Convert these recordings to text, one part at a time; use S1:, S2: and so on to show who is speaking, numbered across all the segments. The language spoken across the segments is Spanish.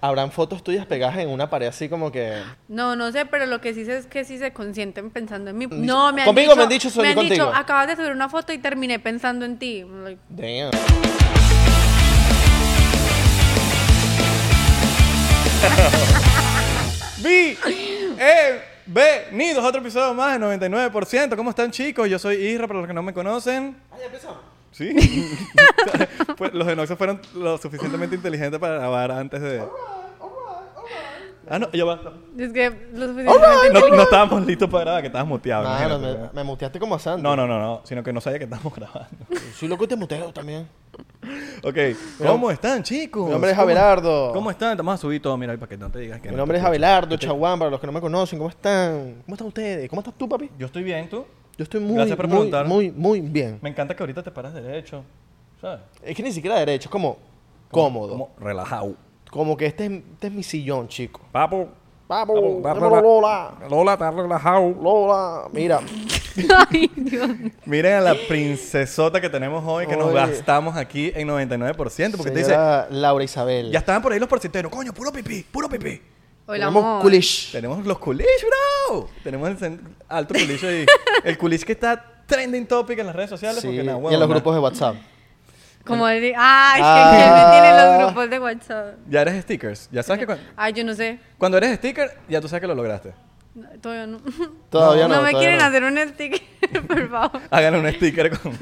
S1: Habrán fotos tuyas pegadas en una pared así como que.
S2: No, no sé, pero lo que sí sé es que sí se consienten pensando en mí. No, me han
S1: Conmigo
S2: dicho,
S1: me han dicho, soy
S2: me han
S1: contigo.
S2: dicho, acabas de subir una foto y terminé pensando en ti. Like,
S1: Damn.
S3: Bienvenidos a otro episodio más de 99%. ¿Cómo están, chicos? Yo soy Isra, para los que no me conocen.
S1: Ah, ya empezamos.
S3: Sí. Pues, los de Noxo fueron lo suficientemente inteligentes para grabar antes de. Ah, no, ya va. No,
S2: Es que lo suficientemente
S3: no
S2: inteligente.
S3: estábamos listos para grabar, que estabas muteado.
S1: Mano,
S3: Ah, imagínate.
S1: me, me muteaste como a Santo.
S3: No, no, no, no, sino que no sabía que estábamos grabando.
S1: Soy loco y te muteo también.
S3: Ok, ¿cómo están, chicos?
S1: Mi nombre es
S3: ¿Cómo-
S1: Abelardo.
S3: ¿Cómo están? Te Vamos a subir todo, mira, para que no te digas que
S1: Mi
S3: no
S1: nombre
S3: te
S1: es
S3: escucho.
S1: Abelardo, Chaguán, para los que no me conocen. ¿Cómo están? ¿Cómo están ustedes? ¿Cómo estás tú, papi?
S3: Yo estoy bien, ¿tú?
S1: Yo estoy muy,
S3: Gracias por
S1: muy,
S3: preguntar.
S1: muy, muy bien.
S3: Me encanta que ahorita te paras derecho, ¿sabes?
S1: Es que ni siquiera derecho, es como cómodo.
S3: Como relajado.
S1: Como que este es, este es mi sillón, chico.
S3: Papo.
S1: Vamos,
S3: está
S1: vámonos,
S3: rela-
S1: Lola.
S3: Lola está relajado.
S1: Lola, mira.
S2: Ay, Dios.
S3: Miren a la princesota que tenemos hoy que nos
S1: Oye.
S3: gastamos aquí en 99%. Porque te dice,
S1: Señora Laura Isabel.
S3: ya estaban por ahí los porcenteros. Coño, puro pipí, puro pipí.
S2: Hola,
S1: Tenemos
S2: amor.
S1: culish.
S3: Tenemos los culish, bro. Tenemos el cen- alto culish ahí. el culish que está trending topic en las redes sociales.
S1: Sí,
S3: porque nada,
S1: y en
S3: huevona.
S1: los grupos de WhatsApp.
S2: Como de, ay,
S1: Ah.
S2: que quién me tiene los grupos de WhatsApp.
S3: Ya eres stickers. Ya sabes que cuan-
S2: Ay, yo no sé.
S3: cuando eres sticker, ya tú sabes que lo lograste.
S2: No, todavía no.
S1: Todavía no,
S2: No me
S1: todavía
S2: quieren
S1: no.
S2: hacer un sticker, por favor.
S3: Háganle un sticker con,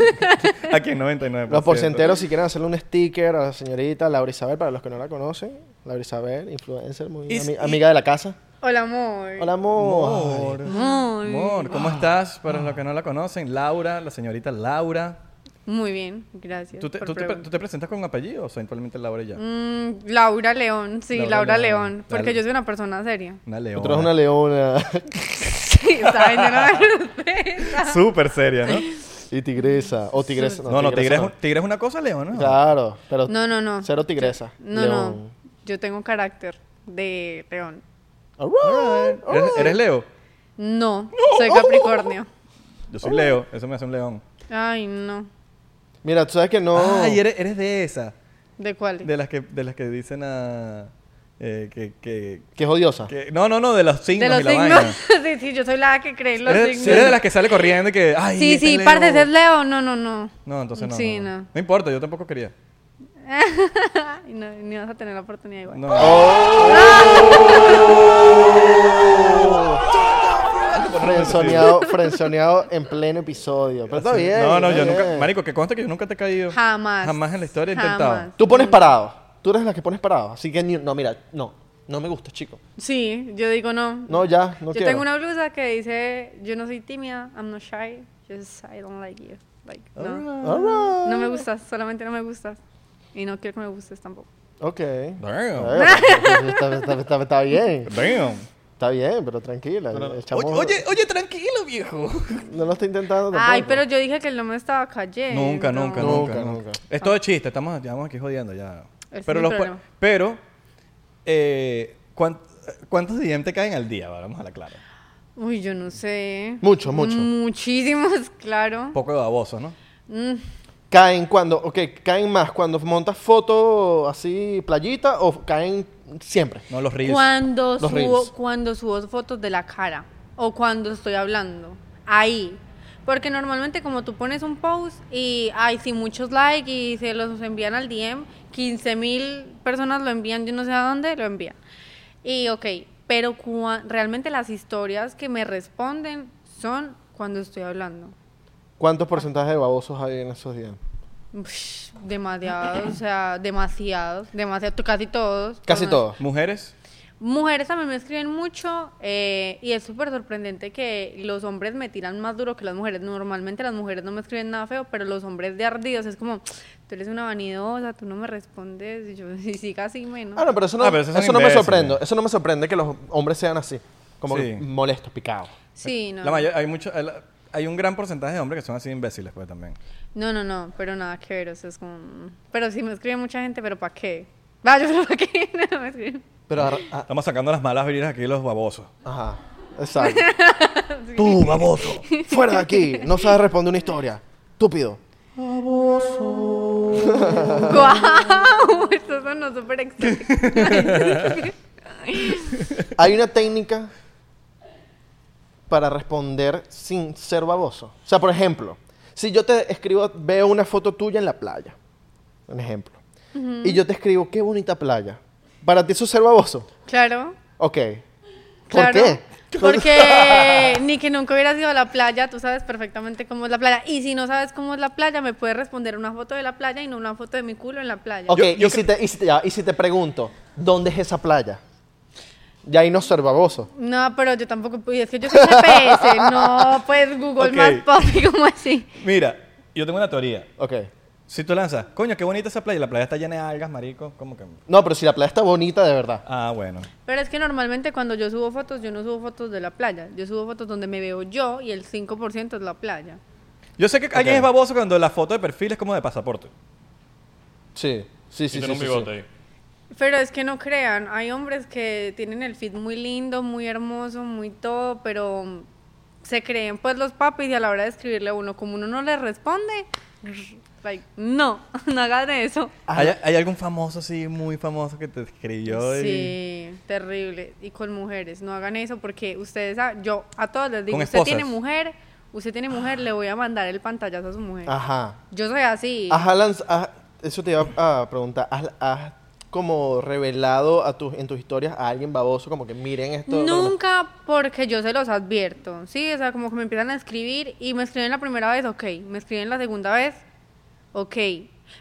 S3: aquí en 99%.
S1: Los porcenteros, si quieren hacerle un sticker a la señorita Laura Isabel, para los que no la conocen, Laura Isabel, influencer, muy
S3: Y-
S1: ami-
S3: y-
S1: amiga de la casa.
S2: Hola, amor.
S1: Hola, amor.
S3: Amor.
S2: Amor.
S3: Amor, ¿cómo estás?
S2: ah.
S3: Para los que no la conocen, Laura, la señorita Laura.
S2: Muy bien, gracias.
S3: ¿Tú te,
S2: por
S3: tú te-
S2: preguntar.
S3: tú te presentas con apellido o simplemente Laura y ya?
S2: Mm, Laura León, sí,
S3: Laura
S2: Laura,
S3: León.
S2: León, porque
S3: Dale.
S2: yo soy una persona seria.
S3: Una
S1: Tú
S3: leona.
S1: traes una leona
S2: Sí, saben, yo no me respeta.
S3: Súper seria, ¿no?
S1: y tigresa. O tigresa.
S3: No, no, tigre, es
S1: no.
S3: un- tigre es una cosa, leona. ¿no?
S1: Claro, pero
S2: No, no, no.
S1: cero tigresa.
S2: No,
S1: león.
S2: no. Yo tengo carácter de León.
S1: All right, all
S3: ¿Eres,
S1: right.
S3: eres Leo?
S2: No, soy Capricornio.
S3: Yo soy Leo, eso me hace un león.
S2: Ay, no.
S1: Mira, tú sabes que no.
S3: Ay, eres, eres de esa.
S2: ¿De cuál?
S3: De las que, de las que dicen a... eh, que, que,
S1: Que es odiosa.
S3: que- no, no, no, de los signos
S2: De los
S3: y la vaina.
S2: signos. sí, sí, yo soy la que cree en los
S3: Eres,
S2: signos.
S3: eres de las que sale corriendo y que... Ay,
S2: Sí,
S3: este
S2: sí,
S3: Leo.
S2: parte de Leo. No, no, no.
S3: No, entonces no.
S2: Sí,
S3: no.
S2: no.
S3: No importa, yo tampoco quería.
S2: Ay, no, ni vas a tener la oportunidad igual.
S3: No.
S1: Oh, Frenzoneado, frenzoneado en pleno episodio. Pero está bien.
S3: No, no,
S1: está
S3: yo
S1: bien.
S3: nunca... Marico, que conste que yo nunca te he caído.
S2: Jamás.
S3: Jamás en la historia he intentado.
S2: Jamás.
S1: Tú pones parado. Tú eres la que pones parado. Así que, ni- no, mira, no. No me gusta, chico.
S2: Sí, yo digo no.
S1: No, ya, no
S2: yo
S1: quiero.
S2: tengo una blusa que dice, yo no soy tímida, I'm not shy, just I don't like you. Like, no.
S1: All right.
S2: no me gustas, solamente no me gustas. Y no quiero que me gustes tampoco.
S1: Ok. Eh,
S3: Damn.
S1: pero está, está- está- está bien.
S3: Damn.
S1: Está bien, pero tranquila. el chamo
S3: oye, tranquilo, viejo.
S1: No lo está intentando tampoco.
S2: Ay, pero yo dije que no me estaba cayendo.
S3: Nunca,
S1: Nunca,
S3: nunca, nunca,
S1: nunca.
S3: nunca. Es todo chiste, estamos, llevamos aquí jodiendo ya.
S2: Ese es
S3: Pero,
S2: mi
S3: los, pu-
S2: problema.
S3: pero eh, ¿cuán- ¿cuántos DM te caen al día? Vamos a la clara.
S2: Uy, yo no sé.
S1: Mucho, mucho.
S2: Muchísimos, claro.
S3: Un poco de baboso, ¿no?
S2: Mm,
S1: Caen cuando, ok, caen más cuando montas foto así, playita, o caen siempre.
S3: No, los reels.
S2: Cuando
S1: Los reels.
S2: subo, cuando subo fotos de la cara o cuando estoy hablando, ahí. Porque normalmente como tú pones un post y hay sí, muchos likes y se los envían al DM, 15 mil personas lo envían, yo no sé a dónde, lo envían. Y ok, pero cua- realmente las historias que me responden son cuando estoy hablando.
S1: ¿Cuántos porcentajes de babosos hay en esos días?
S2: Ush, demasiados, o sea, demasiados, demasiados, casi todos.
S1: Casi
S2: todos.
S1: todos.
S3: Mujeres.
S2: Mujeres también me escriben mucho eh, y es súper sorprendente que los hombres me tiran más duro que las mujeres. Normalmente las mujeres no me escriben nada feo, pero los hombres de ardidos es como, tú eres una vanidosa, tú no me respondes, y yo, y siga así menos.
S1: Ah, no, pero eso no,
S3: Ah, pero esos son
S1: eso no me
S3: imbéciles.
S1: sorprende. Eso no me sorprende que los hombres sean así. Como
S3: Sí.
S1: que molestos, picados.
S2: Sí, no.
S3: La mayor- hay, mucho, hay la- hay un gran porcentaje de hombres que son así imbéciles, pues también.
S2: No, no, no, pero nada que ver, o sea, es como... mm. Pero sí me escribe mucha gente, pero ¿para qué? Vaya, pero ¿para qué? No, me escriben.
S1: Pero, ar- ah,
S3: Estamos sacando las malas vidas aquí, los babosos.
S1: ajá, exacto.
S3: Tú, Uh, baboso.
S1: Fuera de aquí, no sabes responder una historia. Estúpido.
S2: ¡Guau! Esto sonó súper exótico.
S1: Hay una técnica para responder sin ser baboso. O sea, por ejemplo, si yo te escribo, veo una foto tuya en la playa, un ejemplo, y yo te escribo, qué bonita playa. Para ti eso es ser baboso.
S2: claro,
S1: Ok. ¿Por
S2: claro.
S1: qué?
S2: Porque ni que nunca hubieras ido a la playa, tú sabes perfectamente cómo es la playa. Y si no sabes cómo es la playa, me puedes responder una foto de la playa y no una foto de mi culo en la playa.
S1: Ok,
S3: Yo- yo
S1: y, si te, y, si te, ya, y si te pregunto, ¿dónde es esa playa? Ya ahí no ser baboso.
S2: No, pero yo tampoco pude. Es que yo soy GPS. no, pues Google
S3: Ok.
S2: Maps, papi, como así.
S3: Mira, yo tengo una teoría.
S1: Ok.
S3: Si tú lanzas, coño, qué bonita esa playa. La playa está llena de algas, marico. ¿Cómo que?
S1: No, pero si la playa está bonita de verdad.
S3: Ah, bueno.
S2: Pero es que normalmente cuando yo subo fotos, yo no subo fotos de la playa. Yo subo fotos donde me veo yo y el 5% es la playa.
S3: Yo sé que
S1: Ok.
S3: alguien es baboso cuando la foto de perfil es como de pasaporte.
S1: Sí, sí, sí. sí,
S4: tiene un
S1: sí, sí.
S4: bigote ahí.
S2: Pero es que no crean, hay hombres que tienen el fit muy lindo, muy hermoso, muy todo, pero se creen pues los papis y a la hora de escribirle a uno, como uno no le responde, like, no, no hagan eso.
S3: ¿Hay, hay algún famoso, sí, muy famoso que te escribió? y-
S2: Sí, terrible. Y con mujeres, no hagan eso porque ustedes, sa- yo a todos les digo,
S3: Con
S2: usted tiene
S3: esposas.
S2: mujer, usted tiene mujer, le voy a mandar el pantallazo a su mujer.
S3: Ah.
S1: Ajá.
S2: Yo soy así.
S1: Has lanz- has- eso te iba a preguntar. ¿Has, has como revelado a tus en tus historias a alguien baboso? Como que miren esto.
S2: Nunca porque yo se los advierto, ¿sí? O sea, como que me empiezan a escribir y me escriben la primera vez, ok. Me escriben la segunda vez, ok.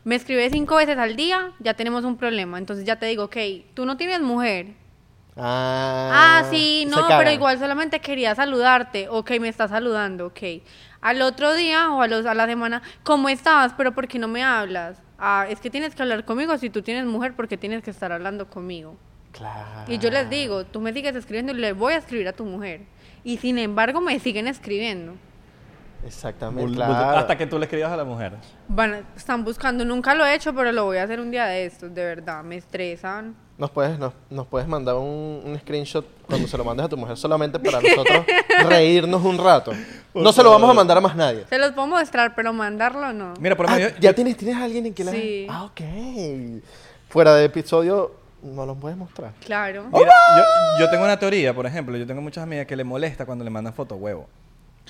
S2: Me escribe cinco veces al día, ya tenemos un problema. Entonces ya te digo, ok, tú no tienes mujer.
S1: Ah,
S2: Ah, sí,
S1: se
S2: no, pero
S1: cagan.
S2: igual solamente quería saludarte. Ok, me estás saludando, ok. Al otro día o a, los, a la semana, ¿cómo estás? Pero ¿por qué no me hablas? Ah, es que tienes que hablar conmigo si tú tienes mujer, porque tienes que estar hablando conmigo.
S1: Claro.
S2: Y yo les digo, tú me sigues escribiendo y le voy a escribir a tu mujer. Y sin embargo me siguen escribiendo.
S1: Exactamente.
S3: Bul- bul-
S1: claro.
S3: Hasta que tú le escribas a la mujer.
S2: Van, a- están buscando, nunca lo he hecho, pero lo voy a hacer un día de estos, de verdad, me estresan.
S1: Nos puedes, nos, nos puedes mandar un, un screenshot cuando se lo mandes a tu mujer solamente para nosotros reírnos un rato. No se lo vamos a mandar a más nadie.
S2: Se los puedo mostrar, pero mandarlo no.
S3: Mira, por lo
S1: Ah,
S3: menos yo-
S1: ya
S3: yo-
S1: tienes, tienes a alguien en que la.
S2: Sí.
S1: Ah, ok. Fuera de episodio, no los puedes mostrar.
S2: Claro.
S3: mira, yo, yo tengo una teoría, por ejemplo. Yo tengo muchas amigas que le molesta cuando le mandan foto huevo.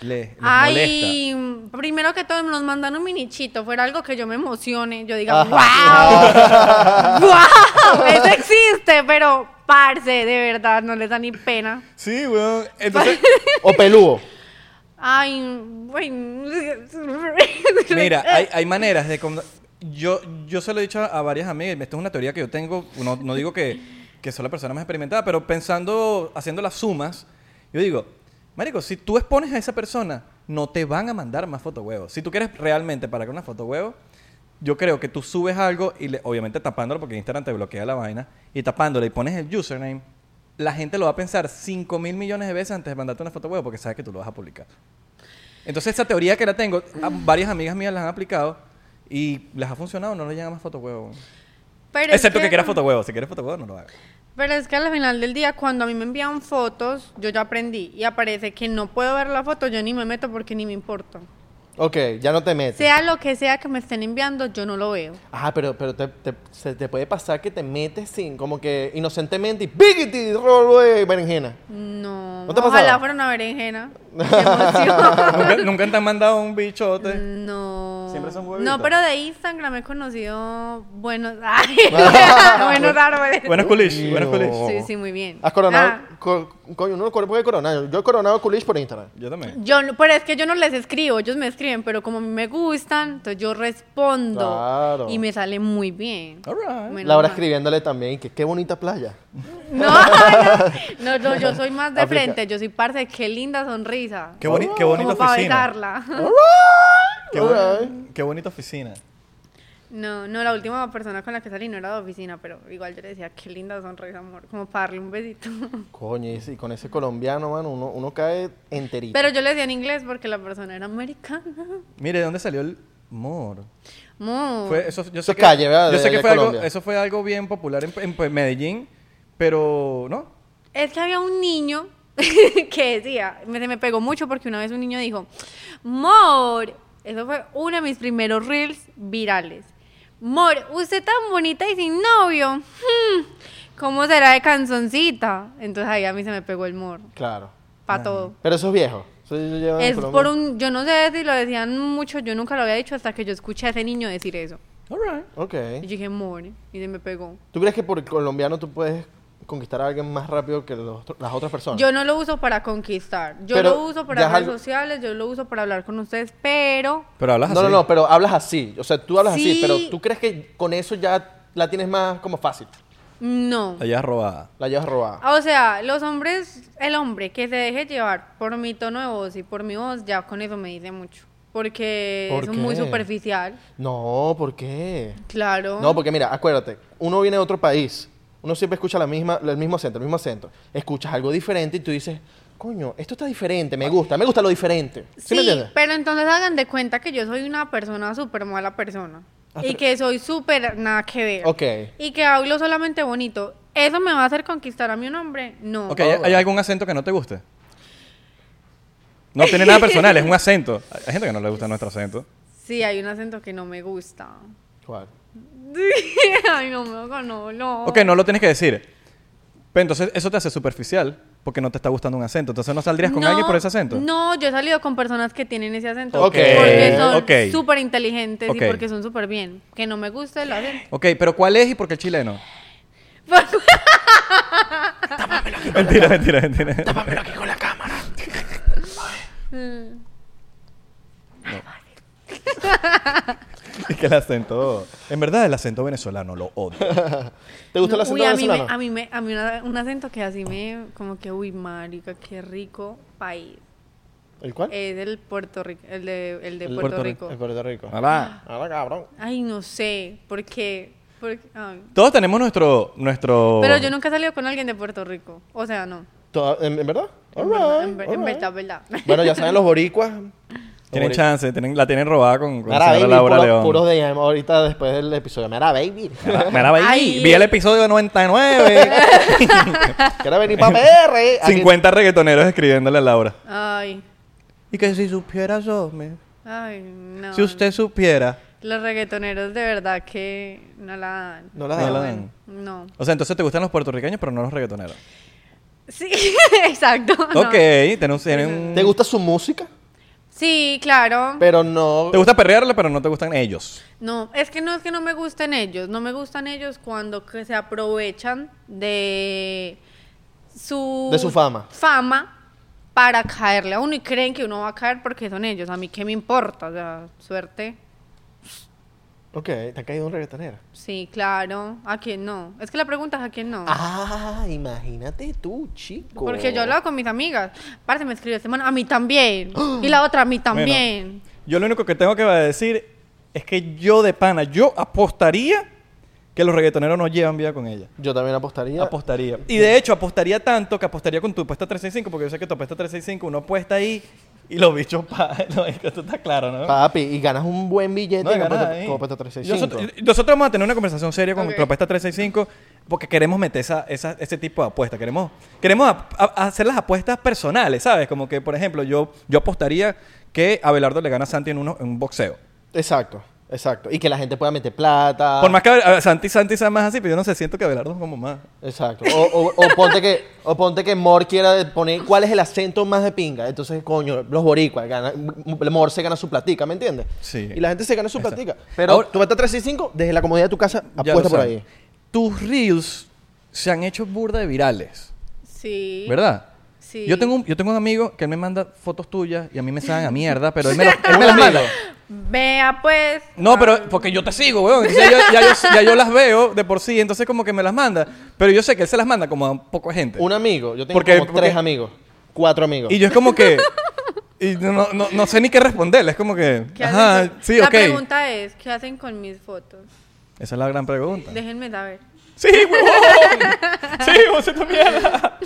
S3: Les, les molesta.
S2: Ay, primero que todo nos mandan un minichito, fuera algo que yo me emocione, yo diga, wow, wow, eso existe, pero parce, de verdad, no les da ni pena.
S3: Sí, weón. Entonces,
S1: O peludo.
S2: Ay, bueno.
S3: Mira, hay, hay maneras de... com- Yo, yo se lo he dicho a varias amigas, y esto es una teoría que yo tengo, no, no digo que, que soy la persona más experimentada, pero pensando, haciendo las sumas, yo digo, Marico, si tú expones a esa persona, no te van a mandar más fotohuevos. Si tú quieres realmente para que una fotohuevo, yo creo que tú subes algo, y le- obviamente tapándolo, porque Instagram te bloquea la vaina, y tapándolo y pones el username, la gente lo va a pensar 5 mil millones de veces antes de mandarte una fotohuevo porque sabe que tú lo vas a publicar. Entonces, esa teoría que la tengo, a varias amigas mías las han aplicado y les ha funcionado, no les llegan más fotohuevo.
S2: Pero es
S3: Excepto que, quieras fotohuevo. Si quieres fotohuevo, no lo hagas.
S2: Pero es que al final del día, cuando a mí me envían fotos, yo ya aprendí y aparece que no puedo ver la foto, yo ni me meto porque ni me importa.
S1: Ok, ya no te metes.
S2: Sea lo que sea que me estén enviando, yo no lo veo.
S1: Ajá, pero, pero te, te- se te puede pasar que te metes sin, como que inocentemente y ¡biggity! rolo de berenjena.
S2: No.
S1: ¿No te ha
S2: Ojalá
S1: pasado?
S2: fuera una berenjena. Qué emoción.
S3: ¿Nunca, nunca te han mandado un
S2: Mm.
S3: bichote.
S2: No.
S3: Siempre son huevitos.
S2: No, pero de Instagram he conocido buenos, Ay, buenos árboles.
S3: Buenas culish, buenas
S1: Dios.
S3: culish.
S2: Sí, sí, muy bien.
S1: Oh. Has coronado.
S2: Ah.
S1: co- coño, uno no puede coronar. Yo he coronado culish por Instagram.
S3: Yo también.
S2: Yo, no- pero es que yo no les escribo, ellos me escriben, pero como a mí me gustan, entonces yo respondo
S1: Claro.
S2: y me sale muy bien.
S3: All right.
S2: Menos
S1: Laura
S2: mal.
S1: escribiéndole también que qué bonita playa.
S2: No, no, no, no, yo soy más de
S1: Aplica.
S2: frente, yo soy parte, qué linda sonrisa.
S3: Qué, boni- qué bonita
S2: Como para
S3: oficina.
S1: ¿Oh?
S2: besarla.
S3: Qué, boni-
S1: Alright.
S3: qué bonita oficina.
S2: No, no, la última persona con la que salí no era de oficina, pero igual yo le decía, qué linda sonrisa, amor, como para darle un besito.
S1: Coño, y sí, con ese colombiano, mano, uno, uno cae enterito.
S2: Pero yo le decía en inglés porque la persona era americana.
S3: Mire, ¿de dónde salió el mor?
S2: Mo.
S3: Fue, eso,
S1: Eso
S3: yo sé
S1: es
S3: que,
S1: calle, ¿verdad?
S3: Yo
S1: De-
S3: sé que
S1: de
S3: fue algo,
S1: Colombia.
S3: eso fue algo bien popular en, en, pues, Medellín, pero no.
S2: Es que había un niño que decía, me, se me pegó mucho porque una vez un niño dijo, Mor, Eso fue uno de mis primeros reels virales. Mor, usted tan bonita y sin novio. Hmm, ¿Cómo será de canzoncita? Entonces ahí a mí se me pegó el mor.
S1: Claro.
S2: Para todo.
S1: Pero eso es viejo. Eso ya lleva en
S2: Es
S1: Colombia.
S2: por un. Yo no sé si lo decían mucho, yo nunca lo había dicho hasta que yo escuché a ese niño decir eso.
S3: Alright.
S2: Y yo
S1: Ok.
S2: dije, more. Y se me pegó.
S1: ¿Tú crees que por colombiano tú puedes conquistar a alguien más rápido que los otro- las otras personas?
S2: Yo no lo uso para conquistar. Yo
S1: Pero
S2: lo uso para
S1: ya es
S2: redes
S1: algo-
S2: sociales, yo lo uso para hablar con ustedes, pero
S3: Pero hablas
S1: no,
S3: así.
S1: no, no, pero hablas así. O sea, tú hablas así,
S2: Sí.
S1: pero tú crees que con eso ya la tienes más como fácil.
S2: no.
S3: Allá robada.
S1: La llevas robada.
S2: O sea, los hombres, el hombre que se deje llevar por mi tono de voz y por mi voz, ya con eso me dice mucho. Porque
S1: ¿Por
S2: es muy
S1: qué?
S2: superficial.
S1: No, ¿por qué?
S2: Claro.
S1: No, porque mira, acuérdate, uno viene de otro país, uno siempre escucha la misma, el mismo acento, el mismo acento. Escuchas algo diferente y tú dices, coño, esto está diferente, me gusta, me gusta lo diferente. ¿Sí,
S2: Sí,
S1: me entiendes?
S2: pero entonces hagan de cuenta que yo soy una persona súper mala persona.
S1: Ah,
S2: y
S1: pero-
S2: que soy súper nada que ver.
S1: Ok.
S2: Y que hablo solamente bonito. ¿Eso me va a hacer conquistar a mi hombre? No.
S3: Ok, ¿hay, hay algún acento que no te guste? No tiene nada personal, es un acento. Hay gente que no le gusta nuestro acento.
S2: Sí, hay un acento que no me gusta.
S1: ¿Cuál?
S2: Ay, no, no, no, no.
S3: Ok, no lo tienes que decir. Pero entonces eso te hace superficial porque no te está gustando un acento. Entonces no saldrías con
S2: No,
S3: alguien por ese acento.
S2: No, yo he salido con personas que tienen ese acento.
S1: Ok,
S2: Porque son
S3: ok.
S2: súper inteligentes
S3: Ok.
S2: y porque son súper bien. Que no me gusta el acento.
S3: Ok, pero ¿cuál es y por qué el chileno? mentira, mentira, mentira. Es que el acento. En verdad, el acento venezolano lo odio.
S1: ¿Te gusta
S2: No,
S1: el acento
S2: uy, a mí, me,
S1: venezolano?
S2: a mí, me- a mí una- un acento que así me... Como que, uy, marica, qué rico país.
S1: ¿El cuál?
S2: Es el Puerto Rico, el de, el de
S3: El
S2: Puerto,
S3: Puerto Ri-
S2: Rico.
S1: El Puerto Rico.
S3: Hola.
S2: Ah.
S1: Ahora, cabrón.
S2: Ay, no sé, ¿por qué? ¿Por qué? Ay.
S3: Todos tenemos nuestro. nuestro...
S2: Pero yo nunca he salido con alguien de Puerto Rico. O sea, no.
S1: Toda- ¿En, en verdad?
S2: En
S1: All
S2: verdad,
S1: right,
S2: en ver-
S1: all
S2: en
S1: right.
S2: verdad, verdad.
S1: Bueno, ya saben los boricuas. Los
S3: Tienen
S1: boricuas.
S3: chance, tienen- la tienen robada con, con
S1: Mira,
S3: señora
S1: baby,
S3: Laura
S1: puros,
S3: León.
S1: puros DM ahorita después del episodio. Mira, baby.
S3: Me la bailé.
S2: Ay.
S3: Vi el episodio 99.
S1: Quiero venir eh. para PR. Aquí-
S3: 50 reggaetoneros escribiéndole a Laura.
S2: Ay,
S3: Y que si supiera yo, me-
S2: ay, no.
S3: si usted supiera.
S2: Los reggaetoneros de verdad que no la dan.
S1: No la
S3: No
S1: dan.
S3: la dan.
S2: No.
S3: O sea, entonces te gustan los puertorriqueños, pero no los reggaetoneros.
S2: Sí, exacto. Ah, no.
S3: Ok, tienen un- tienen un-
S1: ¿Te gusta su música?
S2: Sí, claro.
S1: Pero no.
S3: Te gusta perrearle, pero no te gustan ellos.
S2: No, es que no es que no me gusten ellos, no me gustan ellos cuando que se aprovechan de su
S1: De su fama.
S2: fama para caerle a uno y creen que uno va a caer porque son ellos, a mí qué me importa, o sea, suerte.
S1: Ok, te ha caído un reggaetonero.
S2: Sí, claro, a quién no. Es que la pregunta es a quién no.
S1: Ah, imagínate tú, chico.
S2: Porque yo hablaba con mis amigas, parte me escribió esta semana, a mí también. Y la otra a mí también.
S3: Yo lo único que tengo que decir es que yo de pana, yo apostaría que los reggaetoneros no llevan vida con ella.
S1: Yo también apostaría.
S3: Apostaría. Y de hecho, apostaría tanto que apostaría con tu apuesta 365, porque yo sé que tu apuesta 365 uno apuesta ahí y los bichos pa. No, es que esto está claro, ¿no?
S1: Papi, y ganas un buen billete
S3: No,
S1: en
S3: ganas
S1: Copa-
S3: ahí.
S1: Copa
S3: Nosotros,
S1: 365.
S3: nosotros vamos a tener una conversación seria con
S2: Ok.
S3: la apuesta 365 porque queremos meter esa, esa- ese tipo de apuestas. Queremos, queremos a- a- hacer las apuestas personales, ¿sabes? Como que, por ejemplo, yo, yo apostaría que Abelardo le gana a Santi en, uno- en un boxeo.
S1: Exacto, exacto. Y que la gente pueda meter plata.
S3: Por más que a- a Santi, Santi sea más así, pero yo no sé, siento que Abelardo es como más.
S1: Exacto. O, o- o ponte que, o ponte que Mor quiera de- poner cuál es el acento más de pinga. Entonces, coño, los boricuas, gana, Mor se gana su platica, ¿me entiendes?
S3: Sí.
S1: Y la gente se gana su
S3: Exacto.
S1: platica. Pero
S3: Ahora-
S1: tú vas a 365 desde la comodidad de tu casa,
S3: Ya lo
S1: apuesta por
S3: sabes.
S1: ahí.
S3: Tus reels se han hecho burda de virales,
S2: Sí.
S3: ¿verdad?
S2: Sí.
S3: Yo tengo, un, yo tengo un amigo que él me manda fotos tuyas y a mí me salen a mierda, pero él me, las- él me las manda.
S2: Vea pues.
S3: No, pero porque yo te sigo, weón. Entonces ya, ya yo, ya yo las veo de por sí, entonces como que me las manda. Pero yo sé que él se las manda como a un poco de gente.
S1: Un amigo, yo tengo
S3: Porque-
S1: como tres
S3: porque-
S1: amigos, cuatro amigos.
S3: Y yo es como que. Y no, no- no- no sé ni qué responderle. Es como que.
S2: ¿Qué hacen
S3: Ajá,
S2: con-
S3: sí,
S2: La
S3: ok.
S2: pregunta es, ¿qué hacen con mis fotos?
S3: Esa es la gran pregunta.
S2: Déjenme saber.
S3: Sí, huevón. Sí, vos tu mierda.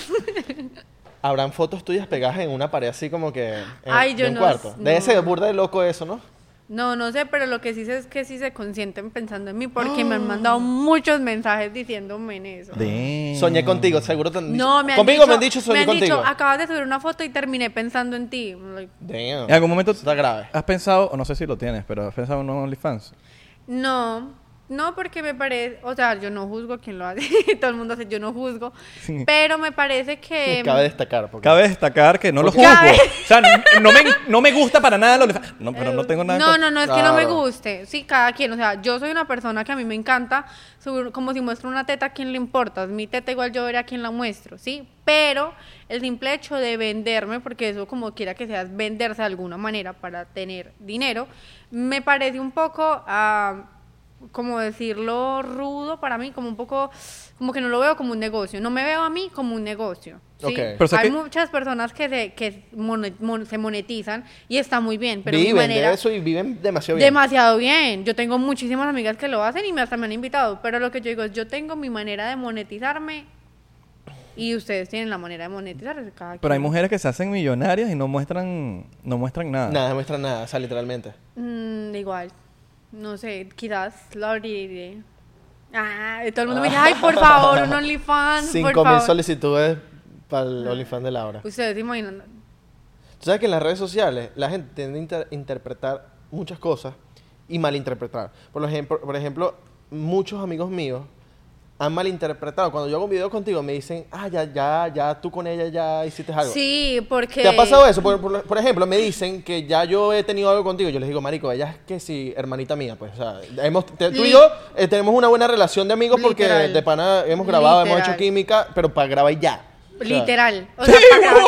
S1: Habrán fotos tuyas pegadas en una pared así como que en,
S2: Ay, yo
S1: de un
S2: no
S1: cuarto.
S2: s-
S1: Debe
S2: no.
S1: ser burda de loco eso, ¿no?
S2: No, no sé, pero lo que sí sé es que sí se consienten pensando en mí porque me han mandado muchos mensajes diciéndome en eso.
S1: Soñé contigo, seguro te han dicho.
S2: No, me han
S1: Conmigo
S2: dicho,
S1: me han dicho soñé
S2: me han
S1: contigo.
S2: dicho, acabas de subir una foto y terminé pensando en ti. Like,
S1: Damn.
S3: En algún momento
S1: Eso está grave.
S3: has pensado, o no sé si lo tienes, pero has pensado en un OnlyFans.
S2: No, no porque me parece, o sea, yo no juzgo a quien lo hace, todo el mundo hace, yo no juzgo,
S3: Sí.
S2: pero me parece que...
S1: Cabe destacar. Porque...
S3: Cabe destacar que no lo
S1: Porque-
S3: juzgo.
S2: Cabe-
S3: O sea, n- no me, no me gusta para nada el OnlyFans. No, pero no tengo nada.
S2: No,
S3: con-
S2: no, no, es que no me
S1: Claro.
S2: guste. Sí, cada quien. O sea, yo soy una persona que a mí me encanta. subir- Como si muestro una teta, ¿a quién le importa? Es mi teta, igual yo veré a quién la muestro, ¿sí? Pero el simple hecho de venderme, porque eso como quiera que sea, es venderse de alguna manera para tener dinero, me parece un poco, ah, como decirlo, rudo para mí, como un poco, como que no lo veo como un negocio. No me veo a mí como un negocio. ¿sí?
S1: Ok. Pero,
S3: o sea,
S2: Hay
S3: que-
S2: muchas personas que se, que monet- mon- se monetizan y está muy bien, pero
S1: viven
S2: mi manera
S1: de eso y viven demasiado bien.
S2: demasiado bien. Yo tengo muchísimas amigas que lo hacen y me hasta me han invitado, pero lo que yo digo es yo tengo mi manera de monetizarme y ustedes tienen la manera de monetizarse cada
S3: Pero hay
S2: quien.
S3: mujeres que se hacen millonarias y no muestran, no muestran nada.
S1: Ah. Nada, muestra nada, o sea, literalmente.
S2: Mm, igual. No sé, quizás lo abriré. Ah, y todo el mundo me dice, ay, por favor, un OnlyFans, Ah, por
S1: 5 mil
S2: favor. Ah.
S1: solicitudes para el OnlyFans de Laura.
S2: Ustedes se imaginan.
S1: Tú sabes que en las redes sociales la gente tiende a inter- interpretar muchas cosas y malinterpretar. Por ejemplo, por ejemplo, muchos amigos míos han malinterpretado. Cuando yo hago un video contigo me dicen, ah, ya, ya, ya, tú con ella ya hiciste algo.
S2: Sí, porque...
S1: ¿Te ha pasado eso? Por, por- por ejemplo, me dicen que ya yo he tenido algo contigo. Yo les digo, marico, ella es que sí, hermanita mía. Pues, o sea, hemos, te- tú y
S2: Li-
S1: yo eh, tenemos una buena relación de amigos porque
S2: Literal.
S1: de pana hemos grabado, hemos
S2: Literal.
S1: hecho química, pero para grabar y ya. O sea,
S2: Literal. O sea, para-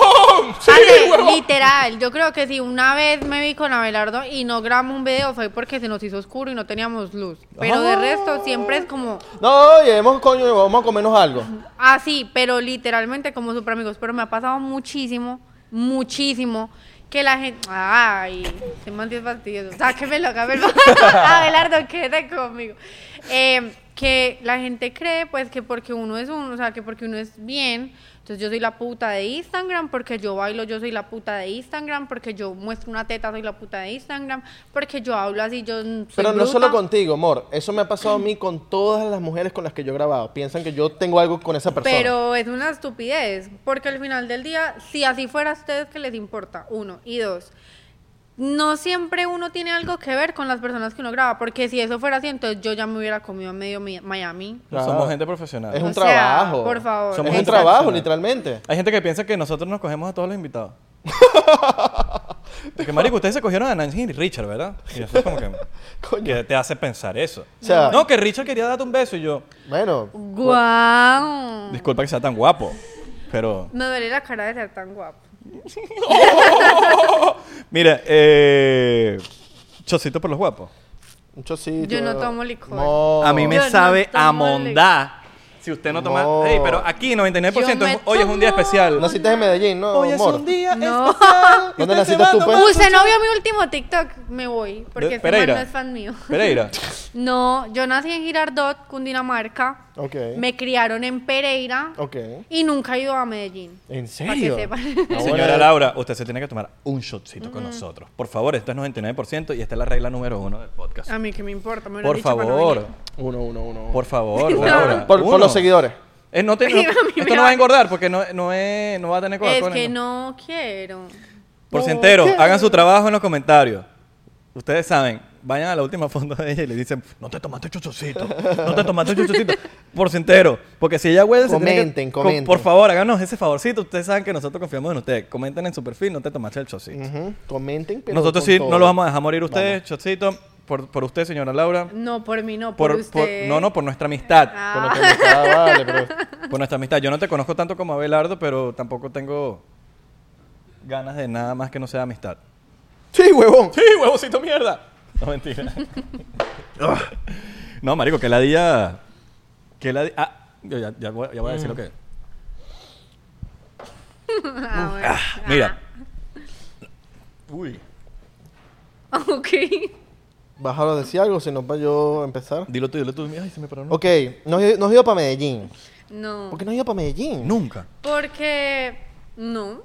S2: Ale, literal. Yo creo que si una vez me vi con Abelardo y no grabamos un video fue porque se nos hizo oscuro y no teníamos luz. Pero de resto siempre es como
S1: No, y hemos, coño, vamos a comernos algo.
S2: así, Ah, pero literalmente como super amigos. Pero me ha pasado muchísimo, muchísimo. Que la gente. Ay, se me han fastidioso. Sáquemelo, sáquemelo. Abelardo, quédate conmigo. Eh, que la gente cree, pues, que porque uno es uno, o sea, que porque uno es bien. Entonces yo soy la puta de Instagram porque yo bailo, yo soy la puta de Instagram porque yo muestro una teta, soy la puta de Instagram porque yo hablo así, yo soy
S1: Pero no
S2: bruta.
S1: solo contigo, amor. Eso me ha pasado a mí con todas las mujeres con las que yo he grabado. Piensan que yo tengo algo con esa persona.
S2: Pero es una estupidez, porque al final del día, si así fuera a ustedes que les importa, uno, y dos, no siempre uno tiene algo que ver con las personas que uno graba, porque si eso fuera así, entonces yo ya me hubiera comido a medio mi- Miami.
S1: Claro.
S3: Somos gente profesional.
S1: es un
S2: O sea,
S1: trabajo.
S2: por favor.
S1: Somos
S3: Es
S1: un trabajo,
S3: profesional.
S1: literalmente.
S3: Hay gente que piensa que nosotros nos cogemos a todos los invitados. Porque, marico, ustedes se cogieron a Nancy y Richard, ¿verdad? Y eso es como que,
S1: Coño.
S3: que te hace pensar eso.
S1: O sea-
S3: no, que Richard quería darte un beso y yo,
S1: Bueno,
S2: ¡Guau!
S3: disculpa que sea tan guapo, pero...
S2: Me duele la cara de ser tan guapo.
S3: Mira, eh... Chocito por los guapos.
S1: un chocito.
S2: Yo no tomo licor.
S1: Mo-
S3: A mí me
S2: Yo no
S3: sabe
S2: tomo
S3: amondá. Si usted no toma...
S1: No.
S3: Ey, pero aquí 99%
S2: Yo me
S3: es- hoy es un día
S2: tomo-
S3: especial.
S1: Naciste en Medellín, ¿no, amor?
S3: día
S2: No.
S3: especial.
S1: ¿Dónde naciste tú, pues?
S2: Usted no vio mi último TikTok, me voy, porque este man no
S3: Pereira.
S2: es fan mío.
S3: Pereira.
S2: No, yo nací en Girardot, Cundinamarca.
S1: Ok.
S2: Me criaron en Pereira.
S1: Ok.
S2: Y nunca he ido a Medellín.
S1: ¿En
S2: Para
S1: serio? Ah,
S2: que sepan.
S3: Señora Laura, usted se tiene que tomar un shotcito
S2: Mm.
S3: con nosotros. Por favor, esto es 99% y esta es la regla número uno del podcast.
S2: A mí que Ah, me importa. Me hubieran
S3: Por
S2: dicho para no
S3: favor,
S2: venir.
S1: Uno, uno, uno.
S3: por favor,
S2: No.
S3: Laura.
S1: Por-
S3: uno.
S1: por los seguidores.
S3: Eh, no te- no-
S2: A mí me
S3: esto no va a
S2: vale.
S3: engordar porque no, no, es, no va a tener
S2: Es
S3: Coca-Cola,
S2: que
S3: ¿no?
S2: no quiero.
S3: Porcienteros, hagan su trabajo en los comentarios. Ustedes saben, vayan a la última fondo de ella y le dicen, no te tomaste chuchocito, no te tomaste chuchocito. Porcientero, porque si ella huele... se tiene que-
S1: Comenten,
S3: co-
S1: comenten.
S3: Por favor, háganos ese favorcito. Ustedes saben que nosotros confiamos en ustedes. Comenten en su perfil, no te tomaste el chocito.
S1: Ujú, Comenten, Mm, pero
S3: Nosotros
S1: con
S3: sí
S1: todo.
S3: no los vamos a dejar morir ustedes, Chocito. Por, por usted, señora Laura.
S2: No, por mí no, por,
S3: Por, por-
S2: usted.
S3: no, no, por nuestra amistad.
S2: Ah.
S1: Con lo que me está, vale, pero...
S3: Por nuestra amistad. Yo no te conozco tanto como Abelardo, pero tampoco tengo ganas de nada más que no sea amistad.
S1: Sí, huevón.
S3: ¡Sí, huevocito mierda! No, mentira. Ah. no, marico, que la día... Que la Ah, yo ya, ya voy, ya voy a decir lo que...
S2: Ah, bueno.
S3: Mira. Uy.
S2: Ah, ok.
S1: Bájalo, decía algo, si no para yo empezar.
S3: Dilo tú, dilo tú. Ay, se me paró.
S1: Ok, nos, nos ido para Medellín.
S2: No.
S1: ¿Por qué no ido para Medellín?
S3: Nunca.
S2: Porque. No.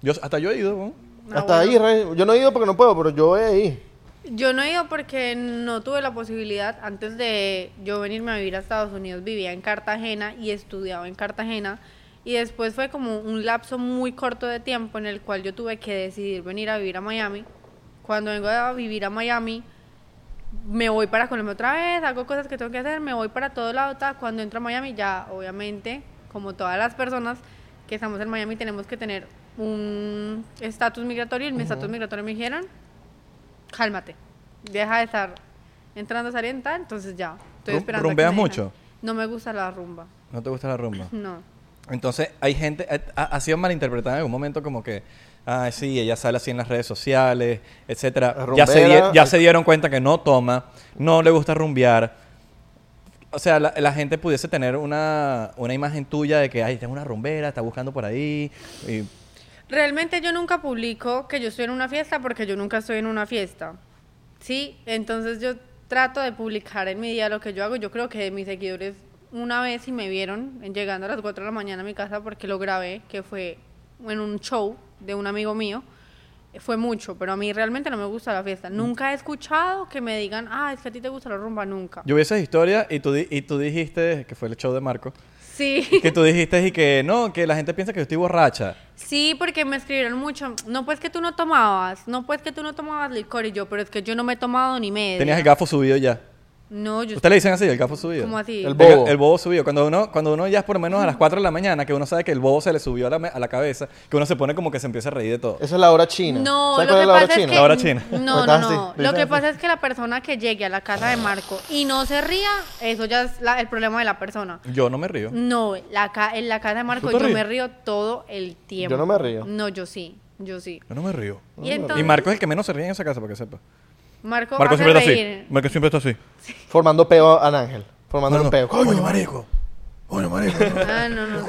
S3: Yo, hasta yo he ido, ¿no?
S2: Ah,
S1: Hasta
S2: bueno.
S1: ahí, re- yo no he ido porque no puedo, pero yo he ido.
S2: Yo no he ido porque no tuve la posibilidad, antes de yo venirme a vivir a Estados Unidos, vivía en Cartagena y estudiaba en Cartagena. Y después fue como un lapso muy corto de tiempo en el cual yo tuve que decidir venir a vivir a Miami. Cuando vengo a vivir a Miami, me voy para Colombia otra vez, hago cosas que tengo que hacer, me voy para todo lado. ta. Cuando entro a Miami, ya obviamente, como todas las personas que estamos en Miami, tenemos que tener un estatus migratorio. Y mi estatus migratorio me dijeron, cálmate, deja de estar entrando a salienta, entonces ya. Estoy
S3: Rum-
S2: esperando. a que
S3: ¿rumbeas
S2: me digan.
S3: mucho?
S2: No me gusta la rumba,
S3: ¿No te gusta la rumba?
S2: no.
S3: Entonces, hay gente, eh, ha, ha sido malinterpretada en algún momento como que, ah, sí, ella sale así en las redes sociales, etcétera. Ya se,
S1: Rumbera.
S3: di- ya se dieron cuenta que no toma, no le gusta rumbear. O sea, la, la gente pudiese tener una, una imagen tuya de que, ay, esta es una rumbera, está buscando por ahí. Y,
S2: Realmente yo nunca publico que yo estoy en una fiesta porque yo nunca estoy en una fiesta. Sí, entonces yo trato de publicar en mi día lo que yo hago. Yo creo que mis seguidores una vez y me vieron en- llegando a las 4 de la mañana a mi casa porque lo grabé, que fue en un show de un amigo mío. Fue mucho, pero a mí realmente no me gusta la fiesta. Nunca he escuchado que me digan, ah, es que a ti te gusta la rumba, nunca.
S3: yo vi esas historias y tú, di- y tú dijiste, que fue el show de Marco,
S2: Sí.
S3: que tú dijiste y que no, que la gente piensa que yo estoy borracha.
S2: Sí, porque me escribieron mucho. No, pues que tú no tomabas. No, pues que tú no tomabas licor. Y yo, pero es que yo no me he tomado ni media.
S3: Tenías el gafo subido ya.
S2: No, yo.
S3: ¿Usted le dicen así, el gafo subido?
S2: ¿Cómo así?
S1: El
S3: El
S1: bo-
S3: bobo.
S1: bobo.
S3: El, bobo subido. Cuando uno, cuando uno ya es por lo menos a las 4 de la mañana, que uno sabe que el bobo se le subió a la, me- a la cabeza, que uno se pone como que se empieza a reír de todo.
S1: Esa es la hora china.
S2: No,
S1: ¿Sabes
S2: lo
S1: cuál
S2: que
S1: es la hora
S2: pasa es
S1: china?
S2: que.
S3: La hora china.
S2: No, no,
S1: Estás así,
S2: no.
S1: le
S2: Lo
S1: estás
S2: que
S1: así.
S2: pasa es que la persona que llegue a la casa de Marco y no se ría, eso ya es la- el problema de la persona.
S3: Yo no me río.
S2: No, la ca- en la casa de Marco
S3: te
S2: yo
S3: ríes?
S2: me río todo el tiempo.
S1: Yo no me río.
S2: No, yo sí. Yo sí.
S3: Yo no me río.
S2: Y entonces.
S3: Y Marco es el que menos se ríe en esa casa, para que sepa.
S2: Marco,
S3: Marco
S2: hace
S3: siempre
S2: reír.
S3: está así. Marco siempre está así.
S1: Formando peo al ángel. Formando
S3: No,
S1: un
S3: no.
S1: peo.
S3: Coño, marico. Coño, marico.
S2: Ah, no, no. no.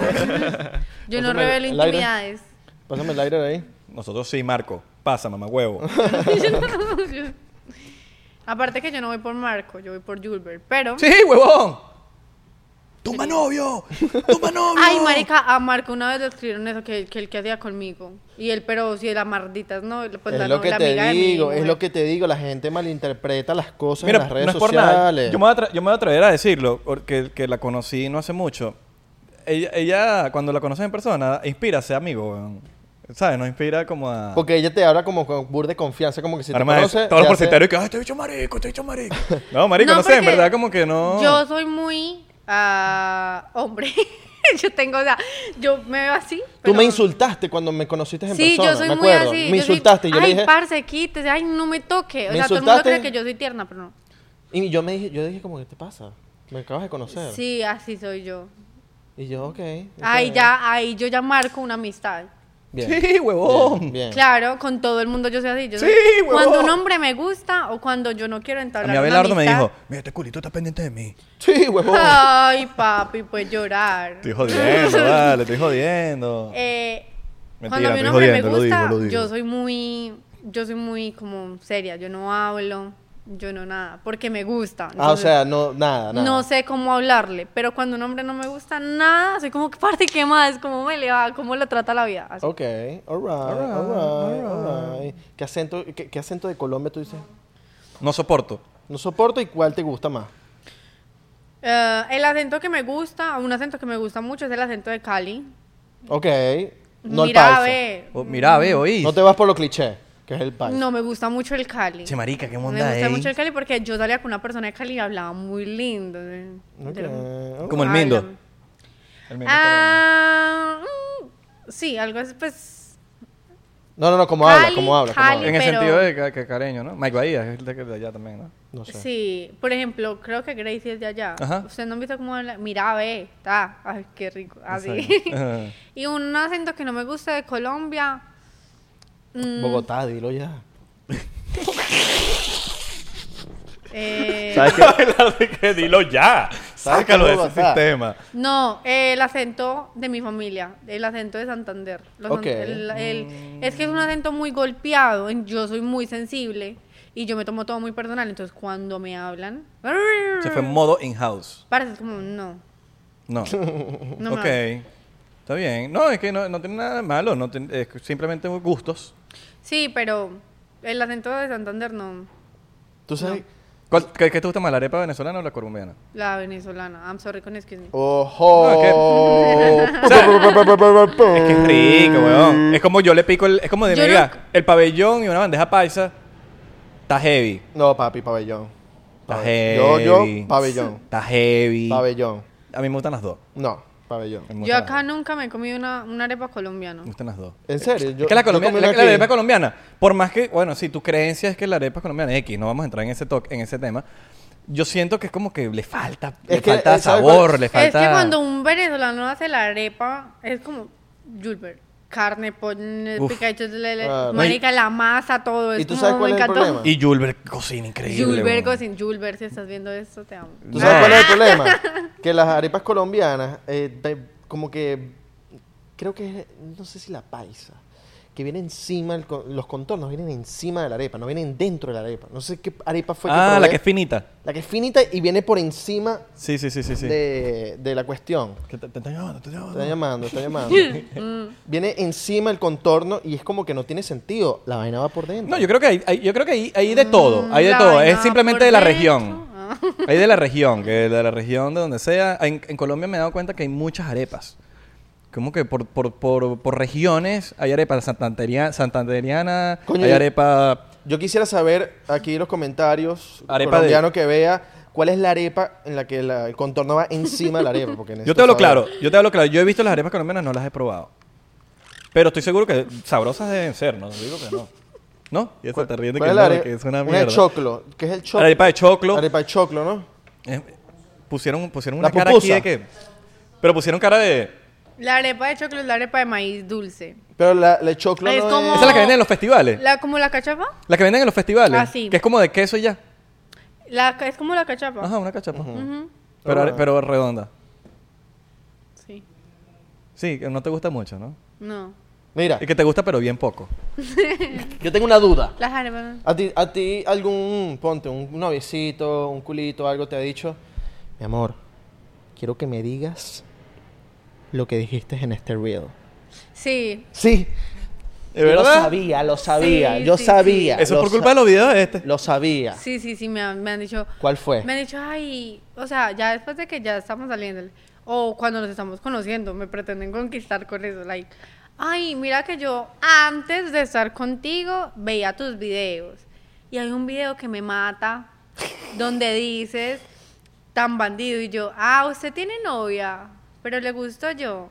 S2: Yo no
S1: Pásame
S2: revelo
S1: el aire.
S2: intimidades.
S1: Pásame el aire de ahí.
S3: Nosotros sí, Marco. Pasa, mamá huevo.
S2: Aparte que yo no voy por Marco, yo voy por Julbert, pero...
S3: sí, huevón. Tumba novio. Tumba novio.
S2: Ay, marica, a Marco una vez le escribieron eso que, que él que hacía conmigo. Y él, pero si la mardita es no, pues la,
S1: es lo
S2: no-
S1: que
S2: la
S1: te
S2: amiga de mi
S1: digo, es
S2: mujer.
S1: lo que te digo. La gente malinterpreta las cosas
S3: Mira,
S1: en las redes
S3: no es por nada.
S1: sociales.
S3: Yo me, voy a atra- yo me voy a atrever a decirlo, porque que la conocí no hace mucho. Ella, ella, cuando la conoces en persona, inspira a ser amigo, weón. ¿Sabes? Nos inspira como a...
S1: Porque ella te habla como con bur de confianza, como que si
S3: Además,
S1: te conoce,
S3: todos los
S1: te hace-
S3: porcenteros que, "Ay, te he dicho marico, te he dicho marico. No, marico, no, sé, en
S2: porque
S3: verdad como que no...
S2: Yo soy muy ah, hombre. yo tengo, o sea, yo me veo así.
S1: Tú
S2: pero-
S1: me insultaste cuando me conociste en
S2: Sí,
S1: persona,
S2: yo soy
S1: me
S2: muy
S1: acuerdo.
S2: así.
S1: me
S2: yo soy-
S1: insultaste y yo
S2: ay,
S1: le dije
S2: parce, quítese, ay, no me toque. O
S1: ¿Me
S2: sea, todo el mundo cree
S1: insultaste?
S2: que yo soy tierna, pero no.
S1: y yo me dije, yo dije como, ¿qué te pasa? Me acabas de conocer.
S2: Sí, así soy yo.
S1: Y yo, ok. está
S2: Ahí
S1: bien".
S2: ya, ahí yo ya marco una amistad.
S1: Bien.
S3: Sí, huevón.
S1: Bien. bien.
S2: Claro, con todo el mundo yo soy así. Yo
S3: Sí,
S2: soy-
S3: huevón.
S2: cuando un hombre me gusta o cuando yo no quiero
S3: A
S2: entablar
S3: mí
S2: una
S3: Abelardo me
S2: amistad-
S3: dijo, mira, este culito está pendiente de mí.
S1: Sí, huevón. Ah,
S2: Ay, papi, pues llorar.
S3: Estoy jodiendo, vale, estoy jodiendo.
S2: Eh,
S3: Mentira,
S2: cuando a mí un
S3: estoy
S2: hombre
S3: jodiendo,
S2: me
S3: lo digo,
S2: gusta,
S3: lo digo.
S2: yo soy muy, yo soy muy como seria. Yo no hablo, yo no nada, porque me gusta.
S1: Ah, o
S2: Entonces,
S1: sea, no, nada, nada.
S2: No sé cómo hablarle, pero cuando un hombre no me gusta nada, soy como, parte, ¿qué más? ¿Cómo me le va? ¿Cómo lo trata la vida?
S3: Oh.
S2: Así.
S1: Ok, alright, alright, alright. ¿Qué acento, qué, qué acento de Colombia tú dices?
S3: No soporto.
S1: No soporto y cuál te gusta más.
S2: Eh, el acento que me gusta, un acento que me gusta mucho es el acento de Cali.
S1: Ok, no
S2: Mira,
S1: el
S2: a
S1: paisa.
S2: ver,
S3: Oh, mira, ve, oí.
S1: No te vas por lo cliché, que es el paisa.
S2: no me gusta mucho el Cali.
S3: Che, marica, qué
S2: me
S3: monda
S2: gusta
S3: eh.
S2: mucho el Cali porque yo salía con una persona de Cali y hablaba muy lindo. de-
S1: Ok,
S2: de-
S1: ok.
S3: Como el
S2: Háblame.
S3: Mindo. El mismo
S2: Ah, mm, sí, algo así, pues.
S1: No, no, no, como
S2: Cali,
S1: habla, como habla, como
S2: Cali.
S1: habla.
S3: En el
S2: pero-
S3: sentido de ca- que careño, ¿no? Mike Bahía es el de de allá también, ¿no?
S1: No sé.
S2: Sí, por ejemplo, creo que Gracie es de allá.
S3: Ajá.
S2: Ustedes no han visto cómo habla. Mira, ve, está. Ay, qué rico. Así.
S3: Ajá.
S2: y un acento que no me gusta de Colombia. mm,
S1: Bogotá, dilo ya.
S2: eh,
S3: que dilo ya.
S1: Sácalo de ese sistema.
S2: No, eh, el acento de mi familia, el acento de Santander. Los
S1: Ok.
S2: sant- el- el-
S3: Mm.
S2: es que es un acento muy golpeado, en- yo soy muy sensible y yo me tomo todo muy personal, entonces cuando me hablan,
S3: Se fue en modo in-house.
S2: parece como, no,
S3: No.
S2: no me
S3: ok.
S2: hablan.
S3: Está bien. No, es que no, no tiene nada de malo. No tiene- es simplemente gustos.
S2: Sí, pero el acento de Santander no.
S1: Tú sabes.
S3: ¿Cuál- qué, qué te gusta más, la arepa venezolana o la colombiana?
S2: La venezolana. I'm sorry con excuse me.
S3: Oh,
S1: ¡Ojo!
S3: O Es que es rico, weón. Es como yo le pico el. Es como de
S2: Yo
S3: mira,
S2: no-
S3: el pabellón y una bandeja paisa. Está heavy.
S1: No, papi, pabellón.
S3: Está
S1: Pabe-
S3: heavy.
S1: Yo, yo, pabellón.
S3: Está heavy.
S1: Pabellón.
S3: A mí me gustan las dos.
S1: No, pabellón.
S3: Me
S2: Yo
S3: gustan
S2: acá
S3: las dos.
S2: nunca me he comido una, una arepa colombiana.
S3: Me gustan las dos.
S1: ¿En serio? Yo-
S3: es que la,
S1: yo
S3: colombia-
S1: comí
S3: la-
S1: una
S3: la
S1: aquí.
S3: arepa colombiana, por más que, bueno, si tu creencia es que la arepa colombiana es X, no vamos a entrar en ese toque, en ese tema. Yo siento que es como que le falta, le
S1: Es que,
S3: falta
S1: eh, ¿sabes
S3: sabor,
S1: cuál?
S3: le falta.
S2: Es que cuando un venezolano hace la arepa, es como Julbert. Carne, ponle
S3: Uf.
S2: picachos, le- le-
S1: Claro.
S2: marica, la masa, todo.
S1: Ah, ¿Y
S2: es
S1: tú
S2: como,
S1: sabes cuál es
S2: me
S1: el
S2: encantó.
S1: problema?
S3: Y Julbert cocina increíble.
S2: Julbert,
S3: weón.
S2: sin Julbert, si estás viendo esto, te amo. Ah,
S1: ¿Tú sabes
S3: No.
S1: cuál es el problema? Que las arepas colombianas, eh, de- como que. Creo que es. No sé si la paisa. Que viene encima, el con- los contornos vienen encima de la arepa, no vienen dentro de la arepa. No sé qué arepa fue
S3: Ah, la
S1: probé.
S3: que es finita.
S1: La que es finita y viene por encima
S3: Sí, sí, sí, sí. sí.
S1: de, de la cuestión.
S3: Que te, te están llamando, te están llamando.
S1: Está llamando, está llamando. viene encima el contorno y es como que no tiene sentido. La vaina va por dentro.
S3: No, yo creo que hay, hay- yo creo que hay, hay de todo, hay de
S2: Mm, la
S3: todo.
S2: vaina
S3: Es
S2: va
S3: simplemente
S2: por
S3: de la
S2: dentro.
S3: región.
S2: Ah.
S3: Hay de la región, que de la región de donde sea. En, en Colombia me he dado cuenta que hay muchas arepas. Como que por, por, por, por regiones hay arepa santanderia- santanderiana,
S1: Coño,
S3: hay
S1: yo-
S3: arepa...
S1: Yo quisiera saber aquí los comentarios
S3: Arepa
S1: colombiano que vea cuál es la arepa en la que la- el contorno va encima de la arepa. Porque
S3: Yo
S1: necesito
S3: te hablo
S1: saber.
S3: claro, yo te hablo claro. Yo he visto las arepas colombianas, no las he probado. Pero estoy seguro que sabrosas deben ser, no digo que no. ¿No? Y esa te ríes de
S1: ¿Cuál
S3: que,
S1: es la
S3: no,
S1: are-
S3: que es una
S1: de
S3: mierda.
S1: choclo. ¿Qué es el choclo?
S3: Arepa de choclo.
S1: Arepa de choclo, ¿no?
S3: Eh, pusieron, pusieron
S1: La
S3: una cara aquí
S1: pupusa.
S3: de que... Pero pusieron cara de...
S2: La arepa de choclo es la arepa de maíz dulce.
S1: Pero la, la de choclo
S2: Es
S1: no
S2: como-
S1: es...
S3: Esa es la que venden en los festivales.
S2: La, ¿Como la cachapa?
S3: La que venden en los festivales.
S2: Ah, sí.
S3: Que es como de queso y ya.
S2: La, ca- es como la cachapa.
S3: Ajá, una cachapa.
S2: Ujú,
S3: pero,
S1: Ah.
S3: pero redonda.
S2: Sí.
S3: Sí, que no te gusta mucho, ¿no?
S2: No.
S1: Mira,
S3: Y que te gusta, pero bien poco.
S1: yo tengo una duda.
S2: Las arepas...
S1: ¿A ti, a ti algún, ponte, un noviecito, un culito, algo te ha dicho? Mi amor, quiero que me digas lo que dijiste en este reel.
S2: Sí.
S1: Sí.
S3: ¿De
S1: Yo lo
S3: verdad?
S1: sabía, lo sabía,
S2: Sí,
S1: yo
S2: sí,
S1: sabía.
S3: Eso es
S1: lo
S3: por
S1: sa-
S3: culpa de los videos de este.
S1: Lo sabía.
S2: Sí, sí, sí, me han, me han dicho...
S1: ¿Cuál fue?
S2: Me han dicho, ay, o sea, ya después de que ya estamos saliendo, o cuando nos estamos conociendo, me pretenden conquistar con eso, like, ay, mira que yo antes de estar contigo veía tus videos. Y hay un video que me mata, donde dices, tan bandido, y yo, ah, usted tiene novia, pero le gusto yo.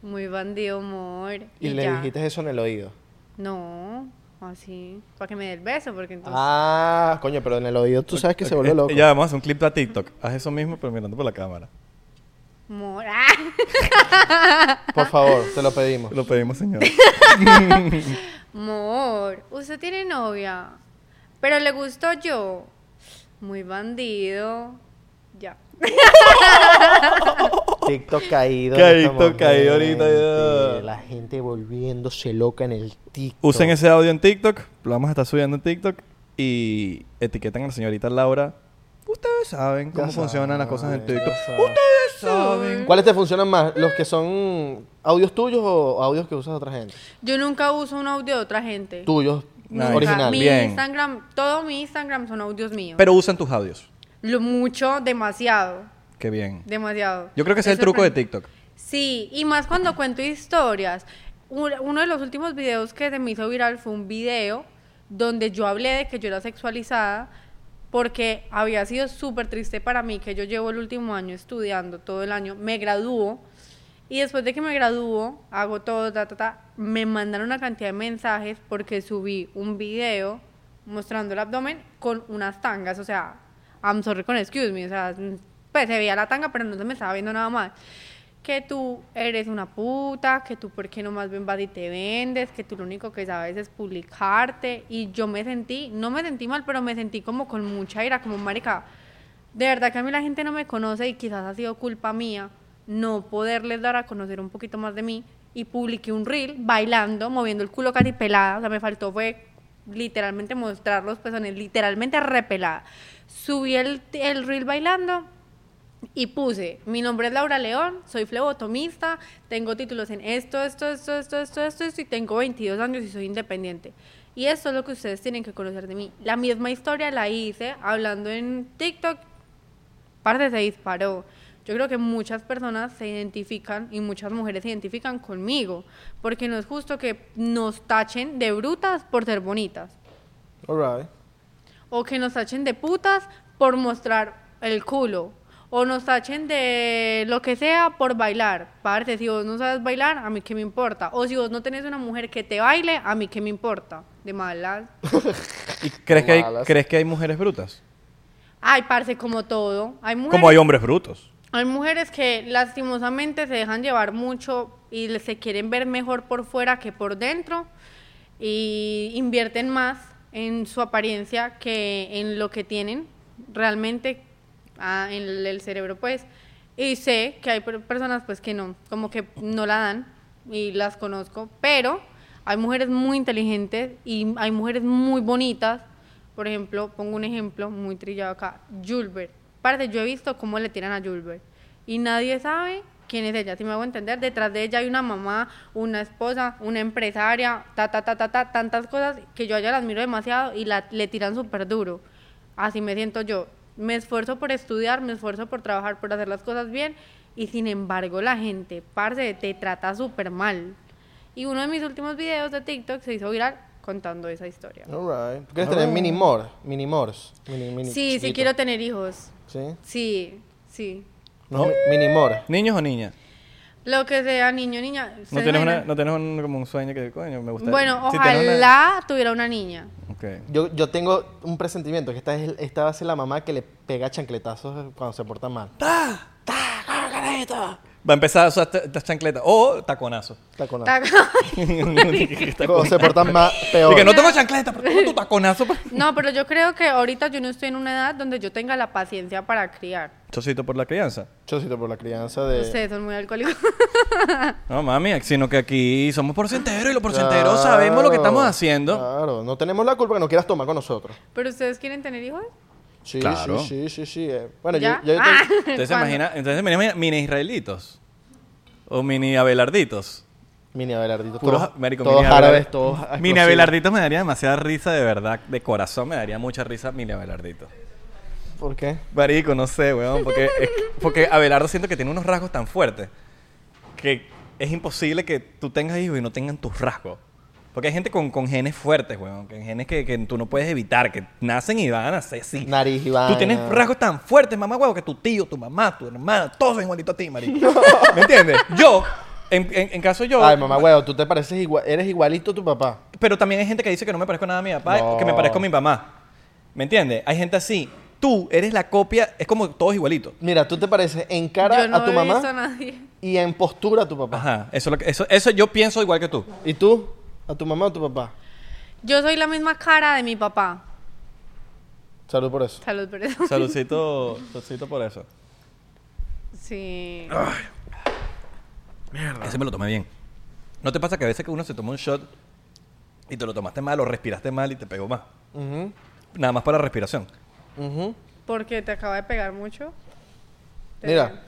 S2: Muy bandido, amor.
S1: Y, le
S2: ya.
S1: dijiste eso en el oído.
S2: No, así, para que me dé el beso, porque entonces...
S1: Ah, coño, pero en el oído tú sabes que se vuelve
S3: Eh,
S1: loco.
S3: Ya, vamos a hacer un clip para TikTok. Haz eso mismo, pero mirando por la cámara.
S2: Amor,
S1: Por favor, te lo pedimos.
S3: Lo pedimos, señor.
S2: Amor, usted tiene novia, pero le gustó yo. Muy bandido. Ya.
S1: TikTok caído. en
S3: Caído,
S1: este
S3: caído
S1: momento.
S3: ahorita, ya.
S1: La gente volviéndose loca en el TikTok.
S3: Usen ese audio en TikTok. Lo vamos a estar subiendo en TikTok. Y etiquetan a la señorita Laura. Ustedes saben cómo funcionan las cosas en
S1: saben,
S3: TikTok.
S1: ya saben.
S3: Ustedes saben.
S1: ¿Cuáles te funcionan más? ¿Los que son audios tuyos o audios que usas de otra gente?
S2: Yo nunca uso un audio de otra gente.
S1: Tuyos,
S3: Nice.
S1: original.
S2: Mi
S3: Bien.
S2: Instagram, todo mi Instagram son audios míos.
S3: Pero usan tus audios.
S2: Lo mucho, demasiado.
S3: Qué bien.
S2: Demasiado.
S3: Yo creo que ese es el truco de
S2: TikTok.
S3: TikTok.
S2: Sí, y más cuando cuento historias. Un- Uno de los últimos videos que se me hizo viral fue un video donde yo hablé de que yo era sexualizada porque había sido súper triste para mí que yo llevo el último año estudiando todo el año, me graduó y después de que me graduó, hago todo, ta, ta, ta, me mandaron una cantidad de mensajes porque subí un video mostrando el abdomen con unas tangas, o sea, I'm sorry con excuse me, o sea, pues se veía la tanga pero no se me estaba viendo nada más que tú eres una puta, que tú por qué no más bien vas y te vendes, que tú lo único que sabes es publicarte. Y yo me sentí, no me sentí mal, pero me sentí como con mucha ira, como marica. De verdad que a mí la gente no me conoce y quizás ha sido culpa mía no poderles dar a conocer un poquito más de mí. Y publiqué un reel bailando, moviendo el culo casi pelada, o sea, me faltó fue literalmente mostrar los pezones, literalmente repelada. Subí el, el reel bailando, y puse, mi nombre es Laura León, soy flebotomista, tengo títulos en esto, esto, esto, esto, esto, esto, esto, y tengo 22 años y soy independiente. Y eso es lo que ustedes tienen que conocer de mí. La misma historia la hice hablando en TikTok. Parte se disparó. Yo creo que muchas personas se identifican y muchas mujeres se identifican conmigo. Porque no es justo que nos tachen de brutas por ser bonitas.
S1: All right.
S2: O que nos tachen de putas por mostrar el culo. O nos tachen de lo que sea por bailar. Parte, si vos no sabes bailar, a mí qué me importa. O si vos no tenés una mujer que te baile, a mí qué me importa. De malas.
S3: ¿Y crees que, hay,
S1: Malas.
S3: crees que hay mujeres brutas?
S2: Ay, parce, como todo. Hay mujeres,
S3: Como hay hombres brutos.
S2: hay mujeres que lastimosamente se dejan llevar mucho y le- se quieren ver mejor por fuera que por dentro y invierten más en su apariencia que en lo que tienen realmente ah, en el, el cerebro, pues. Y sé que hay per- personas pues que no, como que no la dan y las conozco, pero hay mujeres muy inteligentes y hay mujeres muy bonitas por ejemplo, pongo un ejemplo muy trillado acá, Julbert. Parte, yo he visto cómo le tiran a Julbert y nadie sabe quién es ella, si me hago entender, detrás de ella hay una mamá, una esposa, una empresaria, ta, ta, ta, ta, ta, tantas cosas que yo a ella la admiro demasiado y la, le tiran súper duro. Así me siento yo. Me esfuerzo por estudiar, me esfuerzo por trabajar, por hacer las cosas bien y sin embargo la gente, parce, te trata súper mal. Y uno de mis últimos videos de TikTok se hizo viral contando esa historia.
S1: All right. ¿Quieres tener mini more? Mini mores. Mini, mini
S2: Sí, sí
S1: chiquito.
S2: quiero tener hijos.
S1: ¿Sí?
S2: Sí, sí.
S1: No. Mini more.
S3: ¿Niños o niñas?
S2: Lo que sea, niño, niña.
S3: ¿No
S2: ¿ustedes
S3: tienes, una,
S2: imaginan?
S3: ¿No tienes un, como un sueño que, coño, me gusta?
S2: Bueno,
S3: si tienes una-
S2: ojalá tuviera una niña.
S3: Ok.
S1: Yo, yo tengo un presentimiento que esta, es, esta va a ser la mamá que le pega chancletazos cuando se porta mal.
S3: Va a empezar a usar esta- estas chancletas. O taconazo.
S1: Taconazo.
S2: Ta-
S1: Cuando se portan mal, peor.
S3: Y que no tengo chancleta, pero tengo tu taconazo. pues. pa-".
S2: No, pero yo creo que ahorita yo no estoy en una edad donde yo tenga la paciencia para criar.
S3: Chocito por la crianza.
S1: Chocito por la crianza de...
S2: Ustedes son muy alcohólicos.
S3: No, mami, sino que aquí somos porcenteros y los porcenteros sabemos lo que
S1: Claro,
S3: estamos haciendo.
S1: Claro, no tenemos la culpa que no quieras tomar con nosotros.
S2: ¿Pero ustedes quieren tener hijos?
S1: Sí,
S3: Claro.
S1: sí, sí, sí, sí. eh. Bueno, yo,
S2: ¿Ya?
S1: yo tengo-
S2: Ah,
S3: Entonces, se
S2: ¿cuándo?
S3: imagina, entonces se imagina mini israelitos. O mini abelarditos.
S1: Mini Abelardito.
S3: Puros
S1: todos,
S3: marico,
S1: todos
S3: mini
S1: árabes,
S3: Abelar-
S1: todos...
S3: Mini
S1: explosivos.
S3: abelarditos me daría demasiada risa, de verdad. De corazón me daría mucha risa mini abelardito.
S1: ¿Por qué?
S3: Marico, no sé, weón. Porque, es que- porque Abelardo siento que tiene unos rasgos tan fuertes que es imposible que tú tengas hijos y no tengan tus rasgos. Porque hay gente con, con genes fuertes, weón. Que genes que, que tú no puedes evitar, que nacen y van a nacer así.
S1: Nariz y vaina.
S3: Tú tienes rasgos tan fuertes, mamá, huevo, que tu tío, tu mamá, tu hermana, todos son igualitos a ti, marico. ¿Me entiendes? Yo, en, en- en caso yo...
S1: Ay, mamá, huevo, tú te pareces igual... Eres igualito a tu papá.
S3: Pero también hay gente que dice que no me parezco nada a mi papá,
S1: No.
S3: que me parezco a mi mamá. ¿Me entiendes? Hay gente así. Tú eres la copia, es como todos igualitos.
S1: Mira, tú te pareces en cara
S2: yo no
S1: a tu
S2: he visto a
S1: mamá
S2: nadie.
S1: y en postura a tu papá.
S3: Ajá, eso, es lo que- eso, eso yo pienso igual que tú.
S1: ¿Y tú? ¿A tu mamá o a tu papá?
S2: Yo soy la misma cara de mi papá.
S1: Salud por eso.
S2: Salud, por eso.
S3: Saludcito, saludcito por eso.
S2: Sí.
S1: Ah.
S3: Ese me lo tomé bien. ¿No te pasa que a veces que uno se toma un shot y te lo tomaste mal o respiraste mal y te pegó más?
S1: Ujú,
S3: Nada más para respiración.
S1: ujú.
S2: Porque te acaba de pegar mucho. Te-
S1: Mira,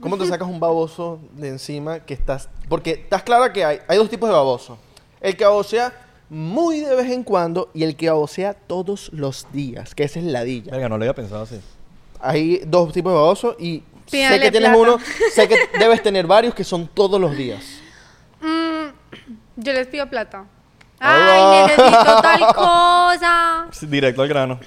S1: ¿cómo te sacas un baboso de encima que estás...? Porque estás clara que hay, hay dos tipos de baboso. El que babosea muy de vez en cuando y el que babosea todos los días, que ese es el ladilla.
S3: Verga, no lo había pensado así.
S1: Hay dos tipos de baboso y sé
S2: Pídale
S1: que tienes
S2: plata.
S1: uno, sé que debes tener varios que son todos los días.
S2: Mm, yo les pido plata.
S1: Ah.
S2: Ay, necesito tal cosa.
S3: Directo al grano.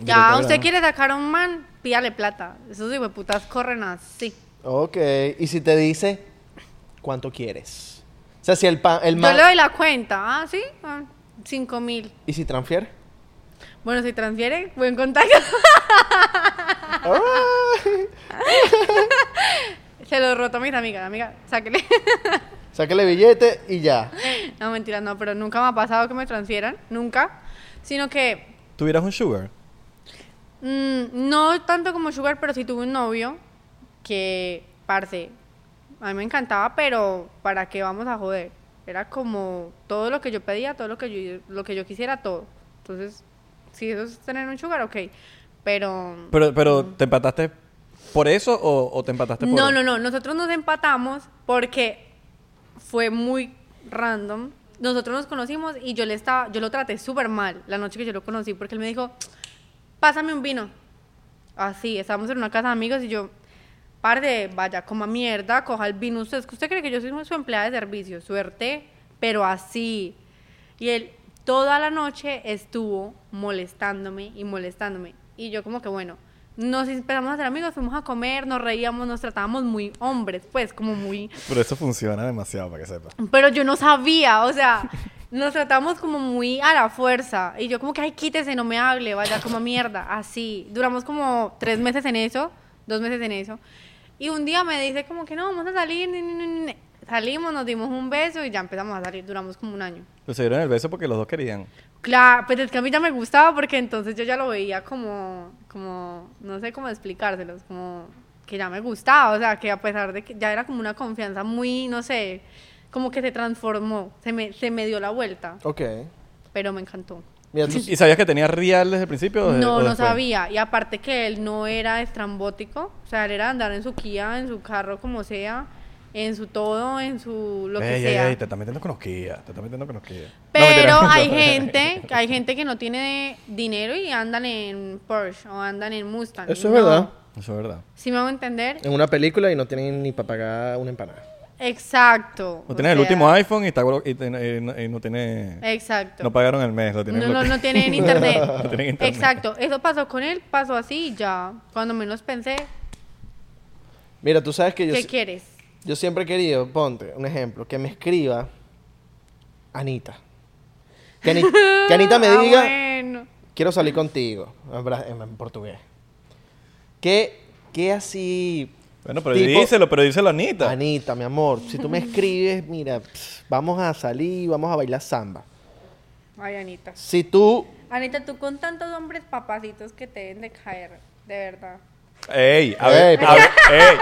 S2: Ya, usted quiere sacar a un man, pídale plata. Esos putas corren así.
S1: Ok, y si te dice cuánto quieres. O sea, si el, pa- el
S2: Yo
S1: man...
S2: le doy la cuenta, ¿ah? ¿Sí? Ah, Cinco mil.
S1: ¿Y si transfiere?
S2: Bueno, si transfiere, buen contacto. Se lo roto a mis amigas, amiga, sáquele.
S1: Sáquele billete y ya.
S2: no, mentira, no, pero nunca me ha pasado que me transfieran, nunca. Sino que
S3: ¿Tuvieras un sugar?
S2: Mm, no tanto como Sugar, pero sí tuve un novio que, parce, a mí me encantaba, pero ¿para qué vamos a joder? Era como todo lo que yo pedía, todo lo que yo, lo que yo quisiera, todo. Entonces, si eso es tener un Sugar, ok. Pero...
S3: Pero, pero ¿te empataste por eso o, o te empataste por
S2: No, no, no, nosotros nos empatamos porque fue muy random nosotros nos conocimos y yo le estaba, yo lo traté súper mal la noche que yo lo conocí porque él me dijo, pásame un vino. Así, estábamos en una casa de amigos y yo, de vaya, coma mierda, coja el vino usted. que usted cree que yo soy su empleada de servicio? Suerte, pero así. Y él toda la noche estuvo molestándome y molestándome. Y yo como que, bueno, nos empezamos a ser amigos, fuimos a comer, nos reíamos, nos tratábamos muy hombres, pues, como muy...
S3: Pero eso funciona demasiado, para que sepa.
S2: Pero yo no sabía, o sea, nos tratamos como muy a la fuerza. Y yo como que, ay, quítese, no me hable, vaya, como mierda, así. Duramos como tres meses en eso, dos meses en eso. Y un día me dice como que no, vamos a salir. ni, ni, ni, ni. Salimos, nos dimos un beso y ya empezamos a salir. Duramos como un año.
S3: Pero se dieron el beso porque los dos querían.
S2: Claro, pues es que a mí ya me gustaba porque entonces yo ya lo veía como, como, no sé cómo explicárselos, como que ya me gustaba, o sea, que a pesar de que ya era como una confianza muy, no sé, como que se transformó, se me, se me dio la vuelta,
S1: Ok.
S2: pero me encantó.
S1: Mira, tú-
S3: ¿Y sabías que tenía real desde el principio? o de-
S2: No,
S3: o
S2: no
S3: después?
S2: sabía. Y aparte que él no era estrambótico, o sea, él era andar en su Kia, en su carro, como sea, en su todo, en su lo que
S3: Ey, ey,
S2: sea.
S3: ey, te está metiendo con osquilla, te está metiendo con osquilla.
S2: Pero
S3: No, mentira.
S2: hay gente, hay gente que no tiene dinero y andan en Porsche o andan en Mustang.
S1: Eso es
S2: No.
S1: verdad.
S3: Eso es verdad.
S2: ¿Sí me hago entender?
S1: En una película y no tienen ni para pagar una empanada.
S2: Exacto.
S3: No
S2: o
S3: tienes el
S2: sea,
S3: último iPhone y, está, guardo- y, ten- y no- y no tiene...
S2: Exacto.
S3: No pagaron el mes, lo tienen
S2: No, no,
S3: bloqueado.
S2: no tienen internet.
S3: No tienen internet.
S2: Exacto. Eso pasó con él, pasó así y ya. Cuando menos pensé,
S1: Mira, tú sabes que yo,
S2: ¿qué
S1: si-
S2: quieres?
S1: yo siempre he querido, ponte un ejemplo, que me escriba Anita. Que, Ani- que Anita me
S2: Ah,
S1: diga,
S2: bueno.
S1: quiero salir contigo, en, bra- en- en portugués. ¿Qué, qué así?
S3: Bueno, pero
S1: tipo-
S3: díselo, pero díselo a Anita.
S1: Anita, mi amor, si tú me escribes, mira, pss, vamos a salir, vamos a bailar samba.
S2: Ay, Anita.
S1: Si tú,
S2: Anita, tú con tantos hombres papacitos que te deben de caer, de verdad.
S3: Ey, a ver,
S1: Ey, pero-
S3: a- ey,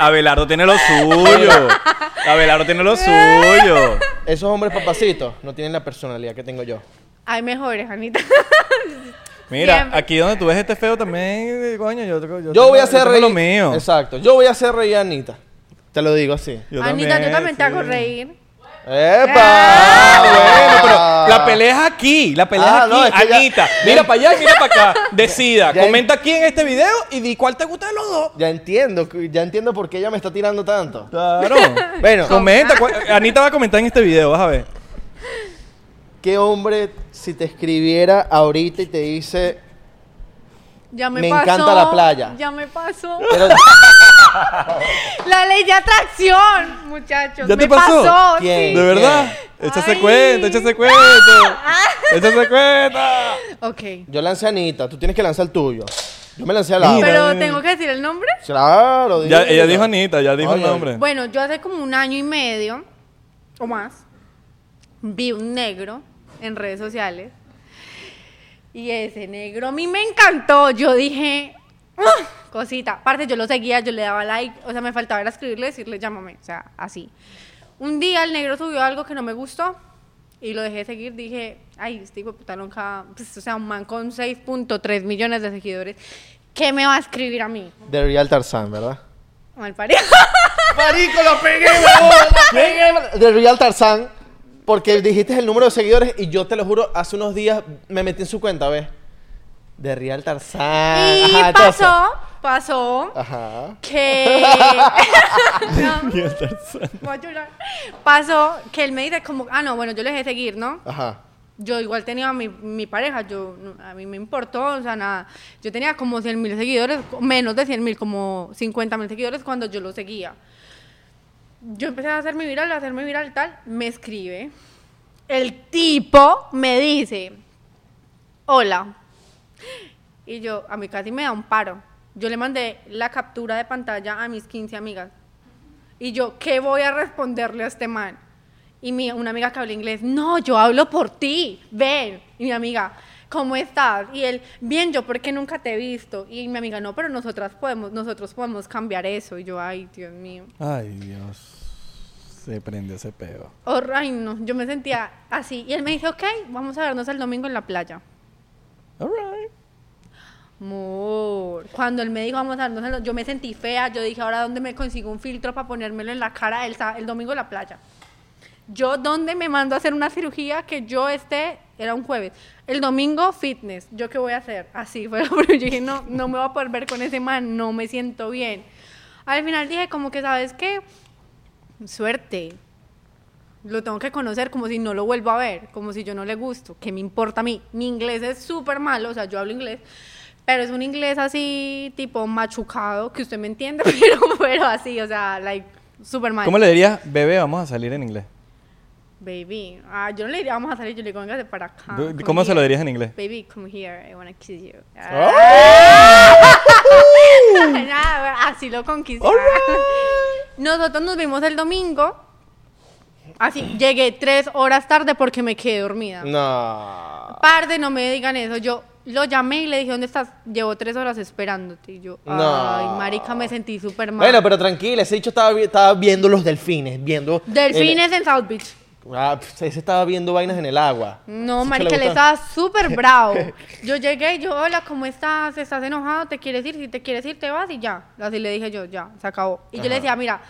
S3: Abelardo tiene lo suyo. Abelardo tiene lo suyo.
S1: esos hombres papacitos no tienen la personalidad que tengo yo.
S2: Hay mejores, Anita.
S3: Mira,
S2: Siempre.
S3: aquí donde tú ves este feo también, eh, coño, yo, yo,
S1: Yo voy a
S3: tengo-
S1: hacer
S3: yo
S1: reír.
S3: tengo lo mío.
S1: Exacto. Yo voy a hacer reír a Anita. Te lo digo así.
S2: Anita, yo también te hago
S3: sí.
S2: reír.
S1: ¡Epa!
S3: Ah, bueno, pero
S1: Ah.
S3: la pelea es aquí, la pelea
S1: Ah,
S3: es aquí,
S1: no, es que ya-
S3: Anita. Mira para allá y mira para acá. Decida,
S1: ya-
S3: comenta aquí en este video y di cuál te gusta de los dos.
S1: Ya entiendo, cu- ya entiendo por qué ella me está tirando tanto.
S3: Claro.
S1: Bueno,
S3: comenta, cua- Anita va a comentar en este video, vas a ver.
S1: ¿qué hombre si te escribiera ahorita y te dice,
S2: Ya me,
S1: Me
S2: pasó.
S1: encanta la playa.
S2: Ya me pasó.
S1: pero
S2: La ley de atracción, muchachos.
S3: ¿Ya
S2: me
S3: te pasó?
S2: sí.
S1: ¿Quién?
S3: De verdad. Échase
S2: Ay.
S3: cuenta, échase cuenta. Échase cuenta.
S2: Ah, Ok.
S1: yo lancé a Anita, tú tienes que lanzar el tuyo? Yo me lancé a la
S3: Mira.
S1: otra.
S2: Pero tengo que decir el nombre.
S1: Claro,
S3: Ya,
S1: dilo.
S3: ella dijo Anita, ya dijo el
S1: Oye,
S3: nombre.
S2: Bueno, yo hace como un año y medio o más vi un negro en redes sociales y ese negro a mí me encantó. Yo dije, "Ah, cosita. Aparte, yo lo seguía, yo le daba like, o sea, me faltaba era escribirle, decirle, llámame, o sea, así. Un día el negro subió algo que no me gustó y lo dejé de seguir. Dije, ay, este hijo de puta lonja, pues, o sea, un man con 6.3 millones de seguidores, ¿qué me va a escribir a mí?
S1: De Real Tarzán, ¿verdad?
S2: Mal parido.
S1: ¡Marico, lo pegué, De Real Tarzán, porque dijiste el número de seguidores y yo te lo juro, hace unos días me metí en su cuenta, ¿ves? De Real Tarzán.
S2: Y
S1: Ah, Ajá, entonces-
S2: pasó, pasó
S1: Ajá.
S2: que. No, voy a llorar. Pasó que él me dice, como, ah, no, bueno, yo le dejé seguir, ¿no?
S1: Ajá.
S2: Yo igual tenía mi, mi pareja, yo, no- a mí me importó, o sea, nada. Yo tenía como 100 mil seguidores, menos de 100 mil, como 50 mil seguidores cuando yo lo seguía. Yo empecé a hacerme viral, a hacerme viral, tal. Me escribe. El tipo me dice, hola. Y yo, a mí casi me da un paro. Yo le mandé la captura de pantalla a mis 15 amigas. Y yo, ¿qué voy a responderle a este man? Y mi, una amiga que habla inglés, no, yo hablo por ti, ven. Y mi amiga, ¿cómo estás? Y él, bien, yo porque nunca te he visto. Y mi amiga, no, pero nosotras podemos, nosotros podemos cambiar eso. Y yo, ay, Dios mío.
S3: Ay, Dios. Se prendió ese peo.
S2: Hor- ay, no, yo me sentía así. Y él me dice, ok, vamos a vernos el domingo en la playa.
S3: All right.
S2: Amor. Cuando él me dijo, vamos a vernos, en la-", yo me sentí fea. Yo dije, ahora, ¿dónde me consigo un filtro para ponérmelo en la cara el, sa- el domingo en la playa? Yo, ¿dónde me mando a hacer una cirugía que yo esté? Era un jueves. El domingo, fitness. ¿Yo qué voy a hacer? Así fue. Pero yo dije, no, no me voy a poder ver con ese man, no me siento bien. Al final dije, como que, ¿sabes qué? Suerte. Lo tengo que conocer como si no lo vuelvo a ver, como si yo no le gusto. ¿Qué me importa a mí? Mi inglés es súper malo, o sea, yo hablo inglés. Pero es un inglés así, tipo machucado, que usted me entiende, pero, pero así, o sea, like, súper mal.
S3: ¿Cómo le dirías, bebé, vamos a salir en inglés?
S2: Baby, ah, yo no le diría vamos a salir, yo le digo, véngase para acá.
S3: Du-
S2: come
S3: ¿Cómo se lo
S2: here.
S3: dirías en inglés?
S2: Baby, come here, I wanna kiss you.
S3: ¡Ah!
S2: Nada, así lo conquisté. Nosotros nos vimos el domingo. Así, llegué tres horas tarde porque me quedé dormida.
S1: No.
S2: Parde, no me digan eso. Yo lo llamé y le dije, ¿dónde estás? Llevo tres horas esperándote. Y yo,
S1: No.
S2: ay, marica, me sentí súper mal.
S1: Bueno, pero tranquila, ese dicho estaba, vi- estaba viendo los delfines, viendo...
S2: Delfines en South Beach.
S1: el- ah, pf, ese estaba viendo vainas en el agua.
S2: No,
S1: Ese
S2: marica,
S1: le
S2: él
S1: gusta-
S2: estaba súper bravo. Yo llegué y yo, hola, ¿cómo estás? ¿Estás enojado? ¿Te quieres ir? Si te quieres ir, te vas y ya. Así le dije yo, ya, se acabó. Y yo le decía, mira,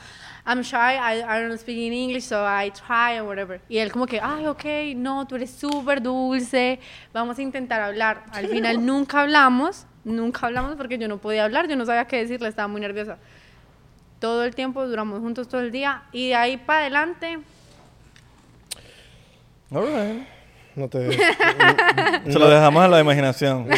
S2: I'm shy, I, I don't speak in English, so I try and whatever. Y él como que, ay, ok, no, tú eres súper dulce, vamos a intentar hablar. Al final nunca hablamos, nunca hablamos porque yo no podía hablar, yo no sabía qué decirle, estaba muy nerviosa. Todo el tiempo, duramos juntos todo el día y de ahí para adelante...
S3: All right.
S1: No te...
S3: Se lo dejamos a la imaginación.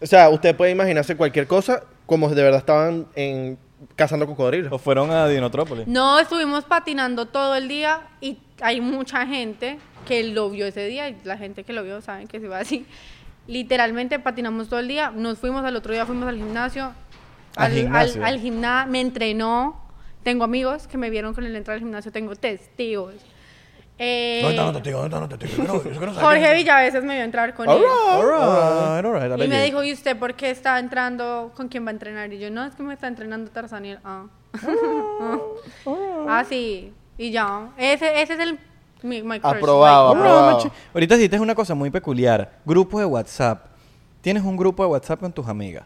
S1: o sea, usted puede imaginarse cualquier cosa como si de verdad estaban en, cazando cocodrilos.
S3: o fueron a Dinotrópolis.
S2: No, estuvimos patinando todo el día y hay mucha gente que lo vio ese día y la gente que lo vio saben que se va así. Literalmente patinamos todo el día, nos fuimos al otro día, fuimos al gimnasio.
S3: Al
S2: Al,
S3: gimnasio.
S2: al gimna- me entrenó. Tengo amigos que me vieron con el entrar al gimnasio, tengo testigos. Eh, Jorge Villaveses me vio entrar con él.
S3: All right, all right, dale,
S2: Y me
S3: Jay.
S2: dijo, ¿y usted por qué está entrando? ¿Con quién va a entrenar? Y yo, no, es que me está entrenando Tarzán y él, ah. ah, sí. Y ya. Ese, ese es el... Mi, my crush,
S1: Aprobado,
S2: my-
S1: aprobado.
S3: Hola, machi- Ahorita hiciste una cosa muy peculiar. Grupo de WhatsApp. Tienes un grupo de WhatsApp con tus amigas.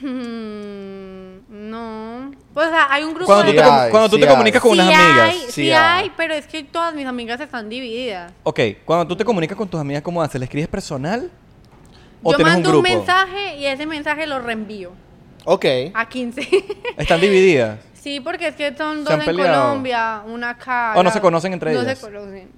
S2: Mm, no. Pues o sea, hay un grupo
S3: Cuando tú
S1: Sí
S3: te, com-
S1: hay,
S3: cuando tú
S1: sí
S3: te
S1: hay.
S3: comunicas con unas
S2: sí
S3: amigas. ah.
S2: Hay, sí,
S1: Sí
S2: hay,
S1: hay.
S2: pero es que todas mis amigas están divididas.
S3: Ok, cuando tú te comunicas con tus amigas, ¿cómo haces? ¿Le escribes personal? ¿O
S2: Yo
S3: tienes
S2: mando
S3: un
S2: un,
S3: grupo?
S2: mensaje y ese mensaje lo reenvío
S1: Ok.
S2: a 15.
S3: Están divididas.
S2: sí, porque es que son
S3: ¿Se
S2: dos
S3: han
S2: en
S3: peleado?
S2: Colombia, una acá.
S3: ¿O no
S2: la-
S3: se conocen entre
S2: no
S3: ellas?
S2: No se conocen.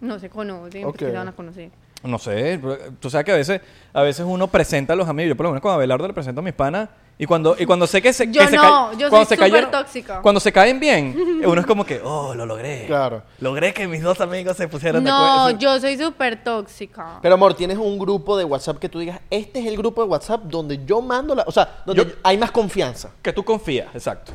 S2: No se conocen,
S1: Ok.
S2: porque se van a conocer.
S3: No sé, pero tú sabes que a veces, a veces uno presenta a los amigos. Yo por lo menos con Abelardo le presento a mis panas. Y cuando, y cuando sé que se,
S2: Yo
S3: que se
S2: no,
S3: caen-
S2: yo soy
S3: cuando se
S2: súper
S3: cayeron-
S2: tóxica.
S3: Cuando se caen bien, uno es como que, oh, lo logré.
S1: Claro.
S3: Logré que mis dos amigos se pusieran de
S2: No,
S3: acuerdo.
S2: yo soy súper tóxica.
S1: Pero amor, ¿tienes un grupo de WhatsApp que tú digas, este es el grupo de WhatsApp donde yo mando la... O sea, donde
S3: Yo-
S1: hay más confianza?
S3: Que tú confías, exacto.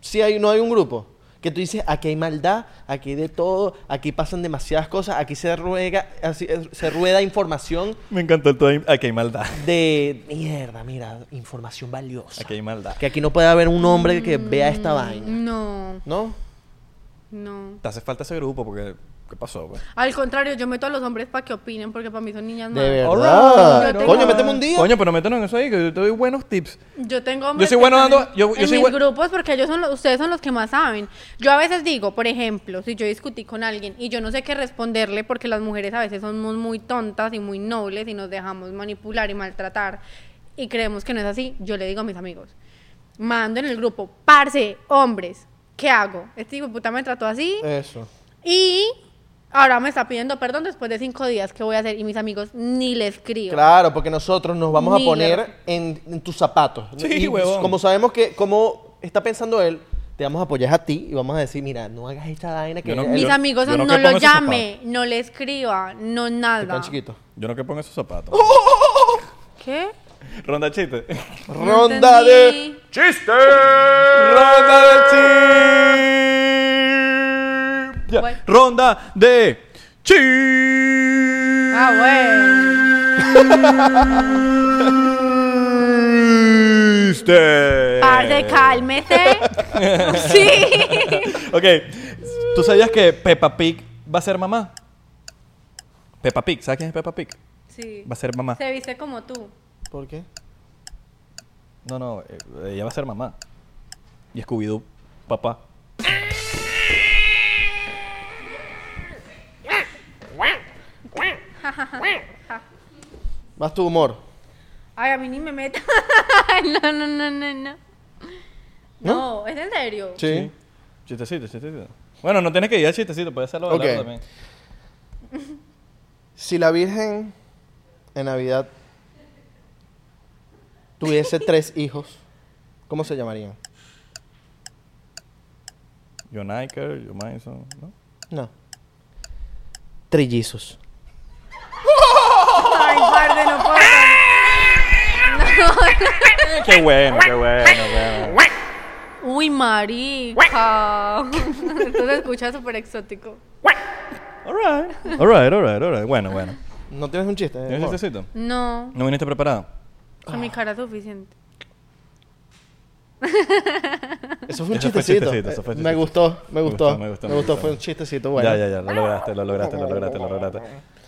S1: Si hay, no hay un grupo. Que tú dices, aquí hay maldad, aquí hay de todo, aquí pasan demasiadas cosas, aquí se ruega, así, eh, se rueda información
S3: Me encantó el todo. Aquí hay maldad.
S1: de mierda, mira, información valiosa.
S3: Aquí hay maldad.
S1: Que aquí no puede haber un hombre que vea esta vaina.
S2: Mm, No,
S1: ¿No?
S2: no.
S3: Te hace falta ese grupo porque. ¿Qué pasó? Pues?
S2: Al contrario, yo meto a los hombres para que opinen, porque para mí son niñas
S1: De
S2: malas.
S1: verdad.
S2: Yo tengo-
S1: Coño, méteme un día.
S3: Coño, pero métenos en eso ahí, que yo te doy buenos tips.
S2: Yo tengo hombres
S3: Yo soy
S2: que
S3: bueno
S2: están
S3: dando-
S2: en-
S3: yo- yo
S2: en
S3: soy
S2: mis
S3: buen-
S2: grupos porque ellos son los- ustedes son los que más saben. Yo a veces digo, por ejemplo, si yo discutí con alguien y yo no sé qué responderle porque las mujeres a veces somos muy tontas y muy nobles y nos dejamos manipular y maltratar y creemos que no es así, yo le digo a mis amigos, mando en el grupo, parce, hombres, ¿qué hago? Este hijo de puta me trató así
S1: Eso.
S2: y ahora me está pidiendo perdón después de cinco días, ¿qué voy a hacer? Y mis amigos ni le escribo.
S1: Claro, porque nosotros nos vamos a
S2: Ni la-
S1: poner en, en tus zapatos.
S3: Sí,
S1: Y
S3: huevón.
S1: Como sabemos que, como está pensando él, te vamos a apoyar a ti y vamos a decir, mira, no hagas esta vaina que
S3: Yo no-
S1: él-
S2: Mis
S3: yo-
S2: amigos
S3: yo
S2: no,
S3: no que pongo
S2: lo
S3: esos zapatos.
S2: llame, no le escriba, no
S1: te
S2: nada.
S1: pone chiquito.
S3: Yo no que ponga esos zapatos.
S2: ¿Qué?
S3: Ronda chiste.
S1: Ronda de
S2: entendí.
S1: chiste.
S3: Ronda de chip.
S2: Voy.
S3: Ronda de chip.
S2: Ah, bueno.
S3: Chiste.
S2: Parce, cálmese. sí.
S3: Ok, ¿tú sabías que Peppa Pig va a ser mamá? Peppa Pig, ¿sabes quién es Peppa Pig?
S2: Sí.
S3: Va a ser mamá.
S2: Se viste como tú.
S1: ¿Por qué?
S3: No, no, eh, ella va a ser mamá. Y Scooby-Doo, papá.
S1: Vas tu humor.
S2: Ay, a mí ni me meta. no, no, no, no, no.
S1: ¿No?
S2: No, es en serio.
S1: Sí.
S3: Chistecito, chistecito. Bueno, no tienes que ir al chistecito, puedes hacerlo hablando
S1: Ok.
S3: también.
S1: Si la Virgen en Navidad tuviese tres hijos, ¿cómo se llamarían?
S3: Yo Niker, yo Mason, ¿no?
S1: No. Trillizos.
S2: Ay, parte, no puedo.
S3: Qué bueno, qué bueno, qué bueno.
S2: Uy, marica. Tú lo escuchas súper exótico.
S3: Alright. Alright, alright, alright. Bueno, bueno.
S1: ¿No tienes un chiste?
S3: ¿Tienes
S1: amor?
S3: chistecito?
S2: No,
S3: ¿No viniste preparado?
S2: con
S1: Ah.
S2: mi cara es suficiente.
S1: Eso fue un
S3: Eso fue
S1: chistecito.
S3: chistecito, eso fue
S1: Eh, Me
S3: chistecito.
S1: gustó, me
S3: Me
S1: gustó.
S3: gustó, me gustó,
S1: Me
S3: me
S1: gustó,
S3: gustó.
S1: fue un chistecito bueno.
S3: Ya, ya, ya, lo lograste, lo lograste, lo lograste, lo lograste.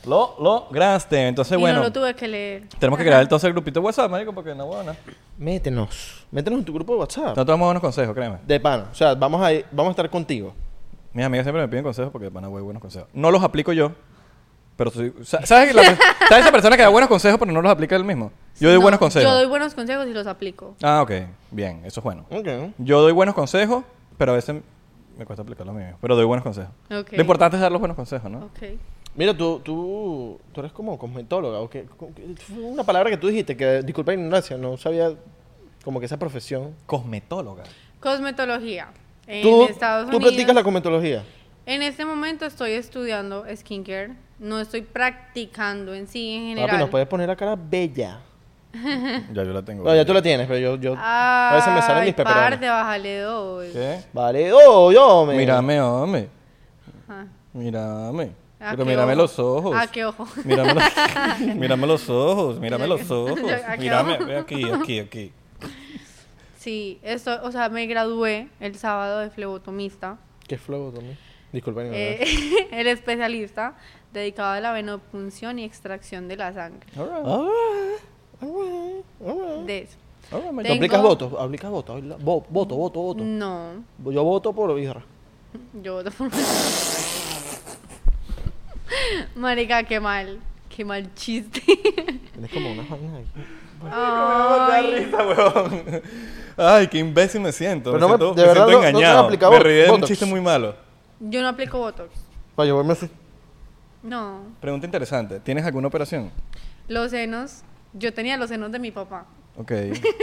S3: Lo lograste. Entonces,
S2: y
S3: bueno,
S2: no lo tuve que leer.
S3: tenemos que crear entonces el grupito de WhatsApp, marico, porque no, bueno.
S1: Métenos. Métenos en tu grupo de WhatsApp.
S3: No tomamos buenos consejos, créeme.
S1: De pan. O sea, vamos a, ir- vamos a estar contigo.
S3: Mis amigas siempre me piden consejos porque de pana güey, buenos consejos. No los aplico yo, pero soy... sa- ¿Sabes, la, ¿Sabes esa persona que da buenos consejos pero no los aplica él mismo? Yo doy
S2: No,
S3: buenos consejos.
S2: Yo doy buenos consejos y los aplico.
S3: Ah, ok. Bien, eso es bueno.
S1: Ok.
S3: Yo doy buenos consejos, pero a veces me cuesta aplicar los míos. Pero doy buenos consejos.
S2: Ok.
S3: Lo importante es dar los buenos consejos, ¿no?
S2: Ok.
S1: Mira, tú, tú, tú eres como cosmetóloga. ¿o qué? Co- qué- fue Una palabra que tú dijiste, que disculpa la ignorancia, no sabía como que esa profesión.
S3: Cosmetóloga.
S2: Cosmetología. En
S1: tú
S2: Estados
S1: tú
S2: Unidos.
S1: practicas la cosmetología.
S2: En este momento estoy estudiando skincare. No estoy practicando en sí, en
S1: Papi,
S2: general.
S1: nos puedes poner la cara bella.
S3: Ya yo la tengo.
S1: No, ya tú la tienes, pero yo, yo a veces me salen mis
S2: Ay,
S1: peperones.
S2: parte, bájale dos.
S3: ¿Qué?
S1: Vale, oh, yo me.
S3: Mírame, hombre.
S2: Ah.
S3: Mírame.
S2: ¿A
S3: Pero
S2: Ah, qué
S3: mírame
S2: ojo?
S3: los ojos.
S2: ¿A qué ojo?
S3: Mírame los, mírame los ojos. Mírame los ojos.
S2: ¿A qué
S3: Mírame
S2: ojo?
S3: ve aquí, aquí, aquí.
S2: Sí, esto, o sea, me gradué el sábado de flebotomista,
S1: Qué flow también. Disculpa la ignorancia.
S2: eh, el especialista dedicado a la venopunción y extracción de la sangre.
S3: Alright.
S1: Alright, alright.
S2: De eso.
S3: Alright,
S1: ¿Tú
S2: Tengo-
S1: Ah. aplicas votos? ¿Aplicas votos? ¿Habla- vo- Voto, voto, voto.
S2: No,
S1: Yo voto por Isra.
S2: yo voto por- Marica, qué mal, qué mal chiste. Ah,
S1: Tienes como unas vainas ahí.
S2: Ay,
S3: Esta, huevón. Ay, qué imbécil me siento.
S1: Pero
S3: me
S1: no me-
S3: siento,
S1: de
S3: me
S1: verdad
S3: siento
S1: no- no te
S3: engañado.
S1: aplicaba
S3: me reí de un
S1: Botox.
S3: chiste muy malo.
S2: yo no aplico botox.
S1: Para llevarme así.
S2: No,
S3: Pregunta interesante. ¿Tienes alguna operación?
S2: los senos, yo tenía los senos de mi papá.
S3: Ok.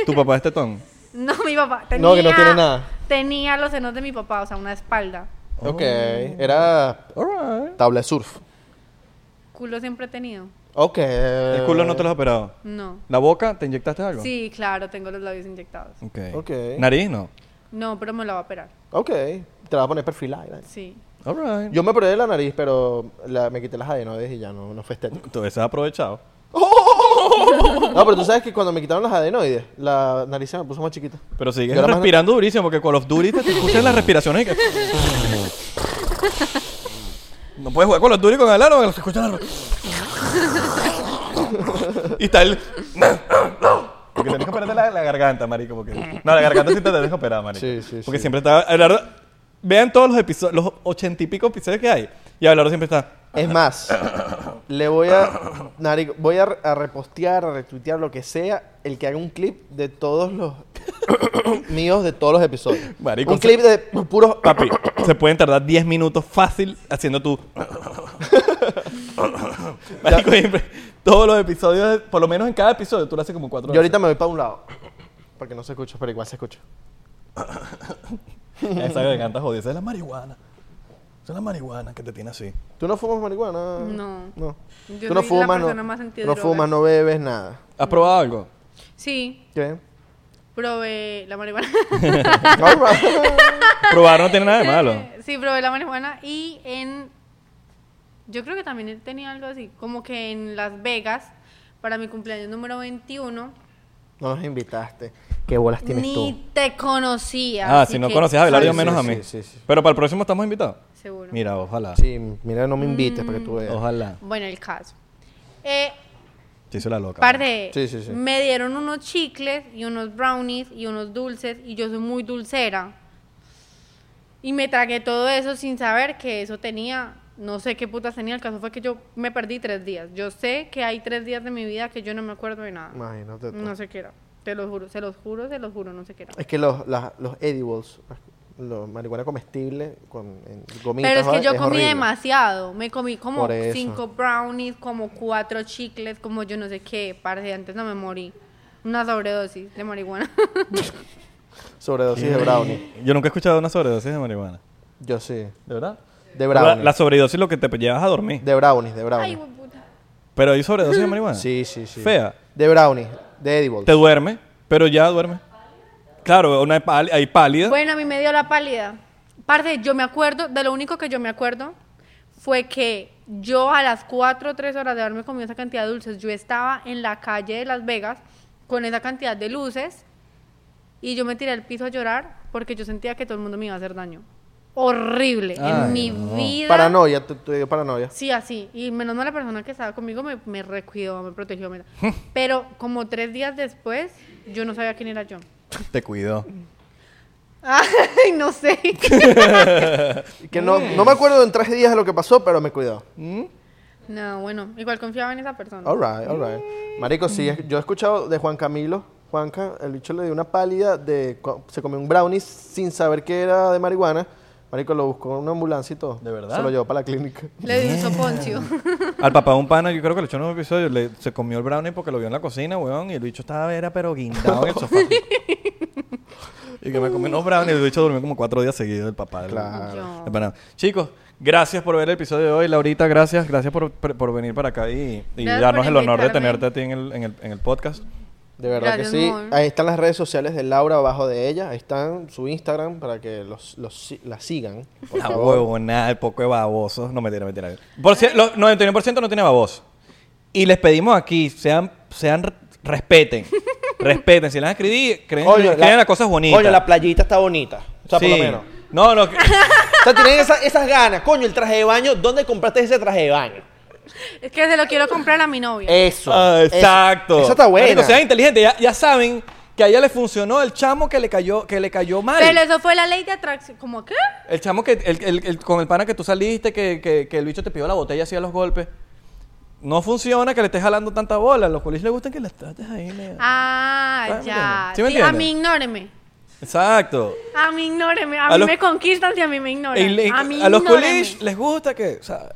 S3: ¿Tu papá es tetón?
S2: No, mi papá tenía
S1: No, que no tiene nada.
S2: Tenía los senos de mi papá, o sea, una espalda.
S1: Ok, era
S3: Alright.
S1: tabla de surf.
S2: Culo siempre he tenido.
S1: Ok.
S3: ¿El culo no te lo has operado?
S2: No.
S3: ¿La boca? ¿Te inyectaste algo?
S2: Sí, claro, tengo los labios inyectados.
S3: Ok.
S1: Ok.
S3: ¿Nariz? No.
S2: No, pero me la va a operar.
S1: Ok, te la vas a poner perfilada.
S2: Sí.
S3: Alright.
S1: Yo me operé la nariz, pero la- me quité las adenoides y ya no, no fue estético.
S3: Tú has aprovechado.
S1: No, pero tú sabes que cuando me quitaron las adenoides, la nariz se me puso más chiquita.
S3: Pero sigues
S1: Yo nada más-
S3: respirando durísimo porque con los Duty te te escuchan las respiraciones y que... No puedes jugar con los Duty con el aro, se escuchan las... y está el... Porque tenés que operarte la, la garganta, marico, porque... No, la garganta sí te tenés que operar, marico.
S1: Sí, sí,
S3: Porque
S1: sí.
S3: siempre está... Abelardo- Vean todos los episodios, los ochenta y pico episodios que hay. Y Abelardo siempre está...
S1: Es más, le voy a, narico, voy a, re- a repostear, a retuitear, lo que sea, el que haga un clip de todos los míos de todos los episodios.
S3: Marico,
S1: un clip de puros...
S3: Papi, se pueden tardar 10 minutos fácil haciendo tu... Marico, siempre- todos los episodios, por lo menos en cada episodio, tú lo haces como cuatro
S1: Yo ahorita me voy para un lado, porque no se escucha, pero igual se escucha.
S3: veces. Esa garganta jodida, esa es la marihuana. Esa es la marihuana que te tiene así.
S1: ¿Tú no fumas marihuana?
S2: No.
S1: No.
S2: Yo
S1: Tú no
S2: soy la
S1: fumas, no,
S2: persona más
S1: no
S2: antidrogas.
S1: fumas, no bebes, nada.
S3: ¿Has probado algo?
S2: Sí,
S1: ¿Qué?
S2: probé la marihuana.
S1: All right.
S3: Probar no tiene nada de malo.
S2: sí, probé la marihuana y en... Yo creo que también tenía algo así, como que en Las Vegas, para mi cumpleaños número 21,
S1: no nos invitaste. ¿Qué bolas tienes
S2: ni
S1: tú?
S2: te conocía.
S3: Ah,
S2: así
S3: si no
S2: que-
S3: conocías a Belario,
S1: Sí,
S3: menos
S1: sí,
S3: a mí.
S1: sí, sí, sí.
S3: Pero para el próximo estamos invitados.
S2: Seguro.
S3: Mira, ojalá.
S1: Sí, mira, no me invites para que
S2: Mm.
S1: tú veas.
S3: Ojalá.
S2: Bueno, el caso. Eh,
S3: Se hizo la loca.
S2: Parte,
S1: Sí, sí, sí.
S2: me dieron unos chicles y unos brownies y unos dulces y yo soy muy dulcera. Y me tragué todo eso sin saber que eso tenía no sé qué putas tenía. El caso fue que yo me perdí tres días. Yo sé que hay tres días de mi vida que yo no me acuerdo de nada.
S1: Imagínate tú.
S2: No sé qué era. Te lo juro, se los juro, se los juro, no sé qué era.
S1: Es que los, las- los edibles, los marihuana comestible con en gomitas,
S2: Pero es que
S1: ¿vale?
S2: yo comí
S1: horrible.
S2: demasiado. Me comí como
S1: Por eso.
S2: cinco brownies, como cuatro chicles, como yo no sé qué. Parce, antes no me morí. Una sobredosis de marihuana.
S1: Sobredosis de brownie.
S3: Yo nunca he escuchado una sobredosis de marihuana.
S1: Yo sí.
S3: ¿De verdad?
S1: De
S3: La,
S1: brownie.
S3: la sobredosis es lo que te llevas a dormir.
S1: De brownies, de
S2: Ay,
S1: brownie.
S2: hueputa.
S3: Pero hay sobredosis de marihuana.
S1: Sí, sí, sí.
S3: Fea.
S1: De brownies, de edibles.
S3: Te duerme, pero ya duerme. Claro, una pál- hay pálida.
S2: Bueno, a mí me dio la pálida. Parce, yo me acuerdo, de lo único que yo me acuerdo fue que yo a las 4 o 3 horas de haberme comido esa cantidad de dulces, yo estaba en la calle de Las Vegas con esa cantidad de luces y yo me tiré al piso a llorar porque yo sentía que todo el mundo me iba a hacer daño. Horrible.
S3: Ay,
S2: en mi
S3: no.
S2: vida.
S1: Paranoia, te, te dio paranoia.
S2: Sí, así. Y menos mal la persona que estaba conmigo me, me recuidó, me protegió. me- Pero como tres días después, yo no sabía quién era yo.
S3: Te cuidó.
S2: Ay, no sé.
S1: Y Que no, no me acuerdo en tres días de lo que pasó, pero me cuidó.
S2: No, bueno, igual confiaba en esa persona.
S1: Alright, alright. Marico, sí, es- yo he escuchado de Juan Camilo. Juanca, el bicho le dio una pálida de. cu- Se comió un brownie sin saber que era de marihuana. Marico lo buscó en una ambulancia y todo.
S3: ¿De verdad?
S1: Se lo llevó para la clínica.
S2: Le di un soponcio.
S3: Al papá de un pana, yo creo que le echó en un episodio, le- se comió el brownie porque lo vio en la cocina, weón, y el bicho estaba, era pero guindado en el sofá. y que me comí unos brownies, el bicho durmió como cuatro días seguidos el papá. del-
S1: Claro.
S2: Yo.
S3: del pana. Chicos, gracias por ver el episodio de hoy, Laurita, gracias, gracias por, por- por venir para acá y, y
S2: Gracias
S3: darnos
S2: por
S3: el honor de
S2: invitarme.
S3: tenerte a ti en el, en el- en el podcast.
S1: De verdad
S2: Gracias,
S1: que sí.
S2: amor.
S1: Ahí están las redes sociales de Laura abajo de ella. Ahí están su Instagram para que los, los si- la sigan. Por
S3: La
S1: favor.
S3: huevonada, el poco de babosos. No, mentira, mentira. Por cien- lo- 99% no tiene baboso. Y les pedimos aquí, sean, sean respeten. respeten. Si les van a escribir, creen,
S1: Coño,
S3: crean las cosas bonitas.
S1: Coño, la playita está bonita. O sea, por lo
S3: Sí.
S1: menos.
S3: No, no. que-
S1: O sea, tienen esa- esas ganas. Coño, el traje de baño. ¿Dónde compraste ese traje de baño?
S2: es que se lo quiero comprar a mi novia.
S1: Eso.
S3: Ah,
S1: eso.
S3: exacto.
S1: Eso está
S3: Marico,
S1: bueno.
S3: sean inteligentes. Ya, ya saben que a ella le funcionó el chamo que le cayó, que le cayó mal.
S2: Pero eso fue la ley de atracción. ¿Cómo qué?
S3: El chamo que, el, el- el- con el pana que tú saliste, que, que, que el bicho te pidió la botella así a los golpes. No funciona que le estés jalando tanta bola. A los colis les gustan que las trates ahí, nega.
S2: Ah,
S3: Ah,
S2: ya.
S3: ¿sí me
S2: Sí, a
S3: entiendes?
S2: mí ignóreme.
S3: Exacto.
S2: A mí ignóreme. A,
S3: A
S2: mí
S3: los-
S2: me conquistan si a mí me ignoran.
S3: Y le-
S2: a mí
S3: a los
S2: ignóreme.
S3: colis les gusta que, o sea,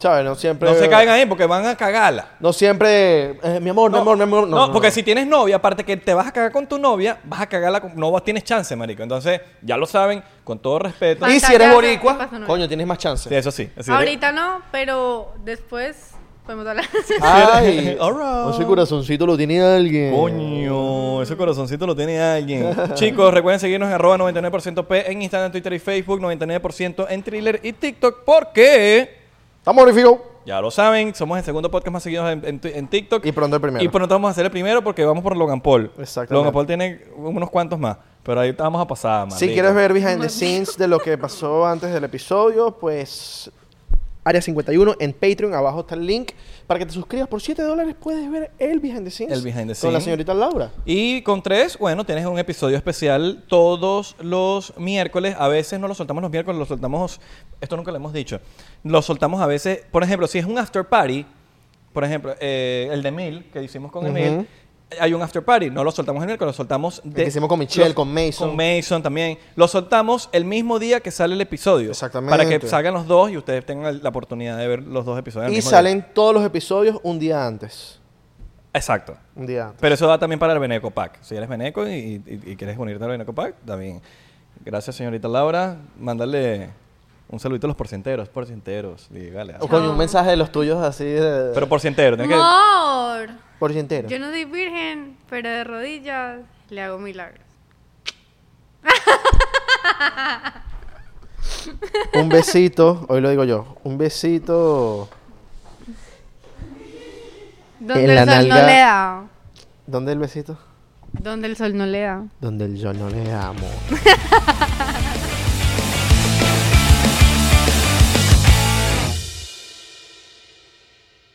S1: ¿Sabes? No siempre.
S3: no se caigan ahí porque van a cagarla.
S1: No siempre. eh, mi amor, mi amor, mi amor. No,
S3: no,
S1: no,
S3: porque
S1: no.
S3: si tienes novia, aparte que te vas a cagar con tu novia, vas a cagarla con, no vas- tienes chance, marico. Entonces, ya lo saben, con todo respeto.
S1: Y si eres
S2: Pantallazo,
S1: boricua,
S2: ¿qué pasó, no?
S1: coño, tienes más chance.
S3: Sí, eso sí. así de-
S2: Ahorita no, pero después podemos hablar.
S3: Ah,
S1: Ay,
S3: All right.
S1: ese corazoncito lo tiene alguien.
S3: Coño, ese corazoncito lo tiene alguien. Chicos, recuerden seguirnos en arroba 99% P en Instagram, Twitter y Facebook, 99% en Thriller y TikTok, porque
S1: Estamos bonificados.
S3: ya lo saben, somos el segundo podcast más seguido en, en- en TikTok.
S1: Y pronto el primero.
S3: Y pronto vamos a hacer el primero porque vamos por Logan Paul.
S1: Exactamente.
S3: Logan Paul tiene unos cuantos más, pero ahí vamos a pasar más.
S1: Si quieres ver behind the scenes de lo que pasó antes del episodio, pues Área 51 en Patreon, abajo está el link. Para que te suscribas por 7 dólares puedes ver el behind the scenes.
S3: El behind the
S1: Con la
S3: scenes.
S1: señorita Laura.
S3: Y con tres, bueno, tienes un episodio especial todos los miércoles. A veces no lo soltamos los miércoles, lo soltamos. Esto nunca lo hemos dicho. Lo soltamos a veces. Por ejemplo, si es un after party, por ejemplo, eh, el de Emil, que hicimos con
S1: Ujú.
S3: Emil, hay un after party. No lo soltamos el miércoles, lo soltamos.
S1: que hicimos con Michelle, con Mason.
S3: Con Mason también. Lo soltamos el mismo día que sale el episodio.
S1: Exactamente.
S3: Para que salgan los dos y ustedes tengan la oportunidad de ver los dos episodios. al
S1: Y
S3: mismo
S1: salen
S3: día.
S1: todos los episodios un día antes.
S3: Exacto.
S1: Un día antes.
S3: Pero eso va también para el Beneco Pack. Si eres Beneco y, y- y quieres unirte al Beneco Pack, también. Gracias, señorita Laura. Mándale un saludito a los porcenteros. Porcenteros, dígale.
S1: O coño, un mensaje de los tuyos así de...
S3: Pero porcientero, tienes que.
S2: Amor.
S1: por si entero.
S2: Yo no soy virgen, pero de rodillas le hago milagros.
S1: Un besito, hoy lo digo yo. Un besito...
S2: Donde
S1: En
S2: el
S1: la
S2: sol no
S1: nalga.
S2: le da.
S1: ¿Dónde el besito?
S2: Donde el sol no le da.
S1: Donde el yo no le amo.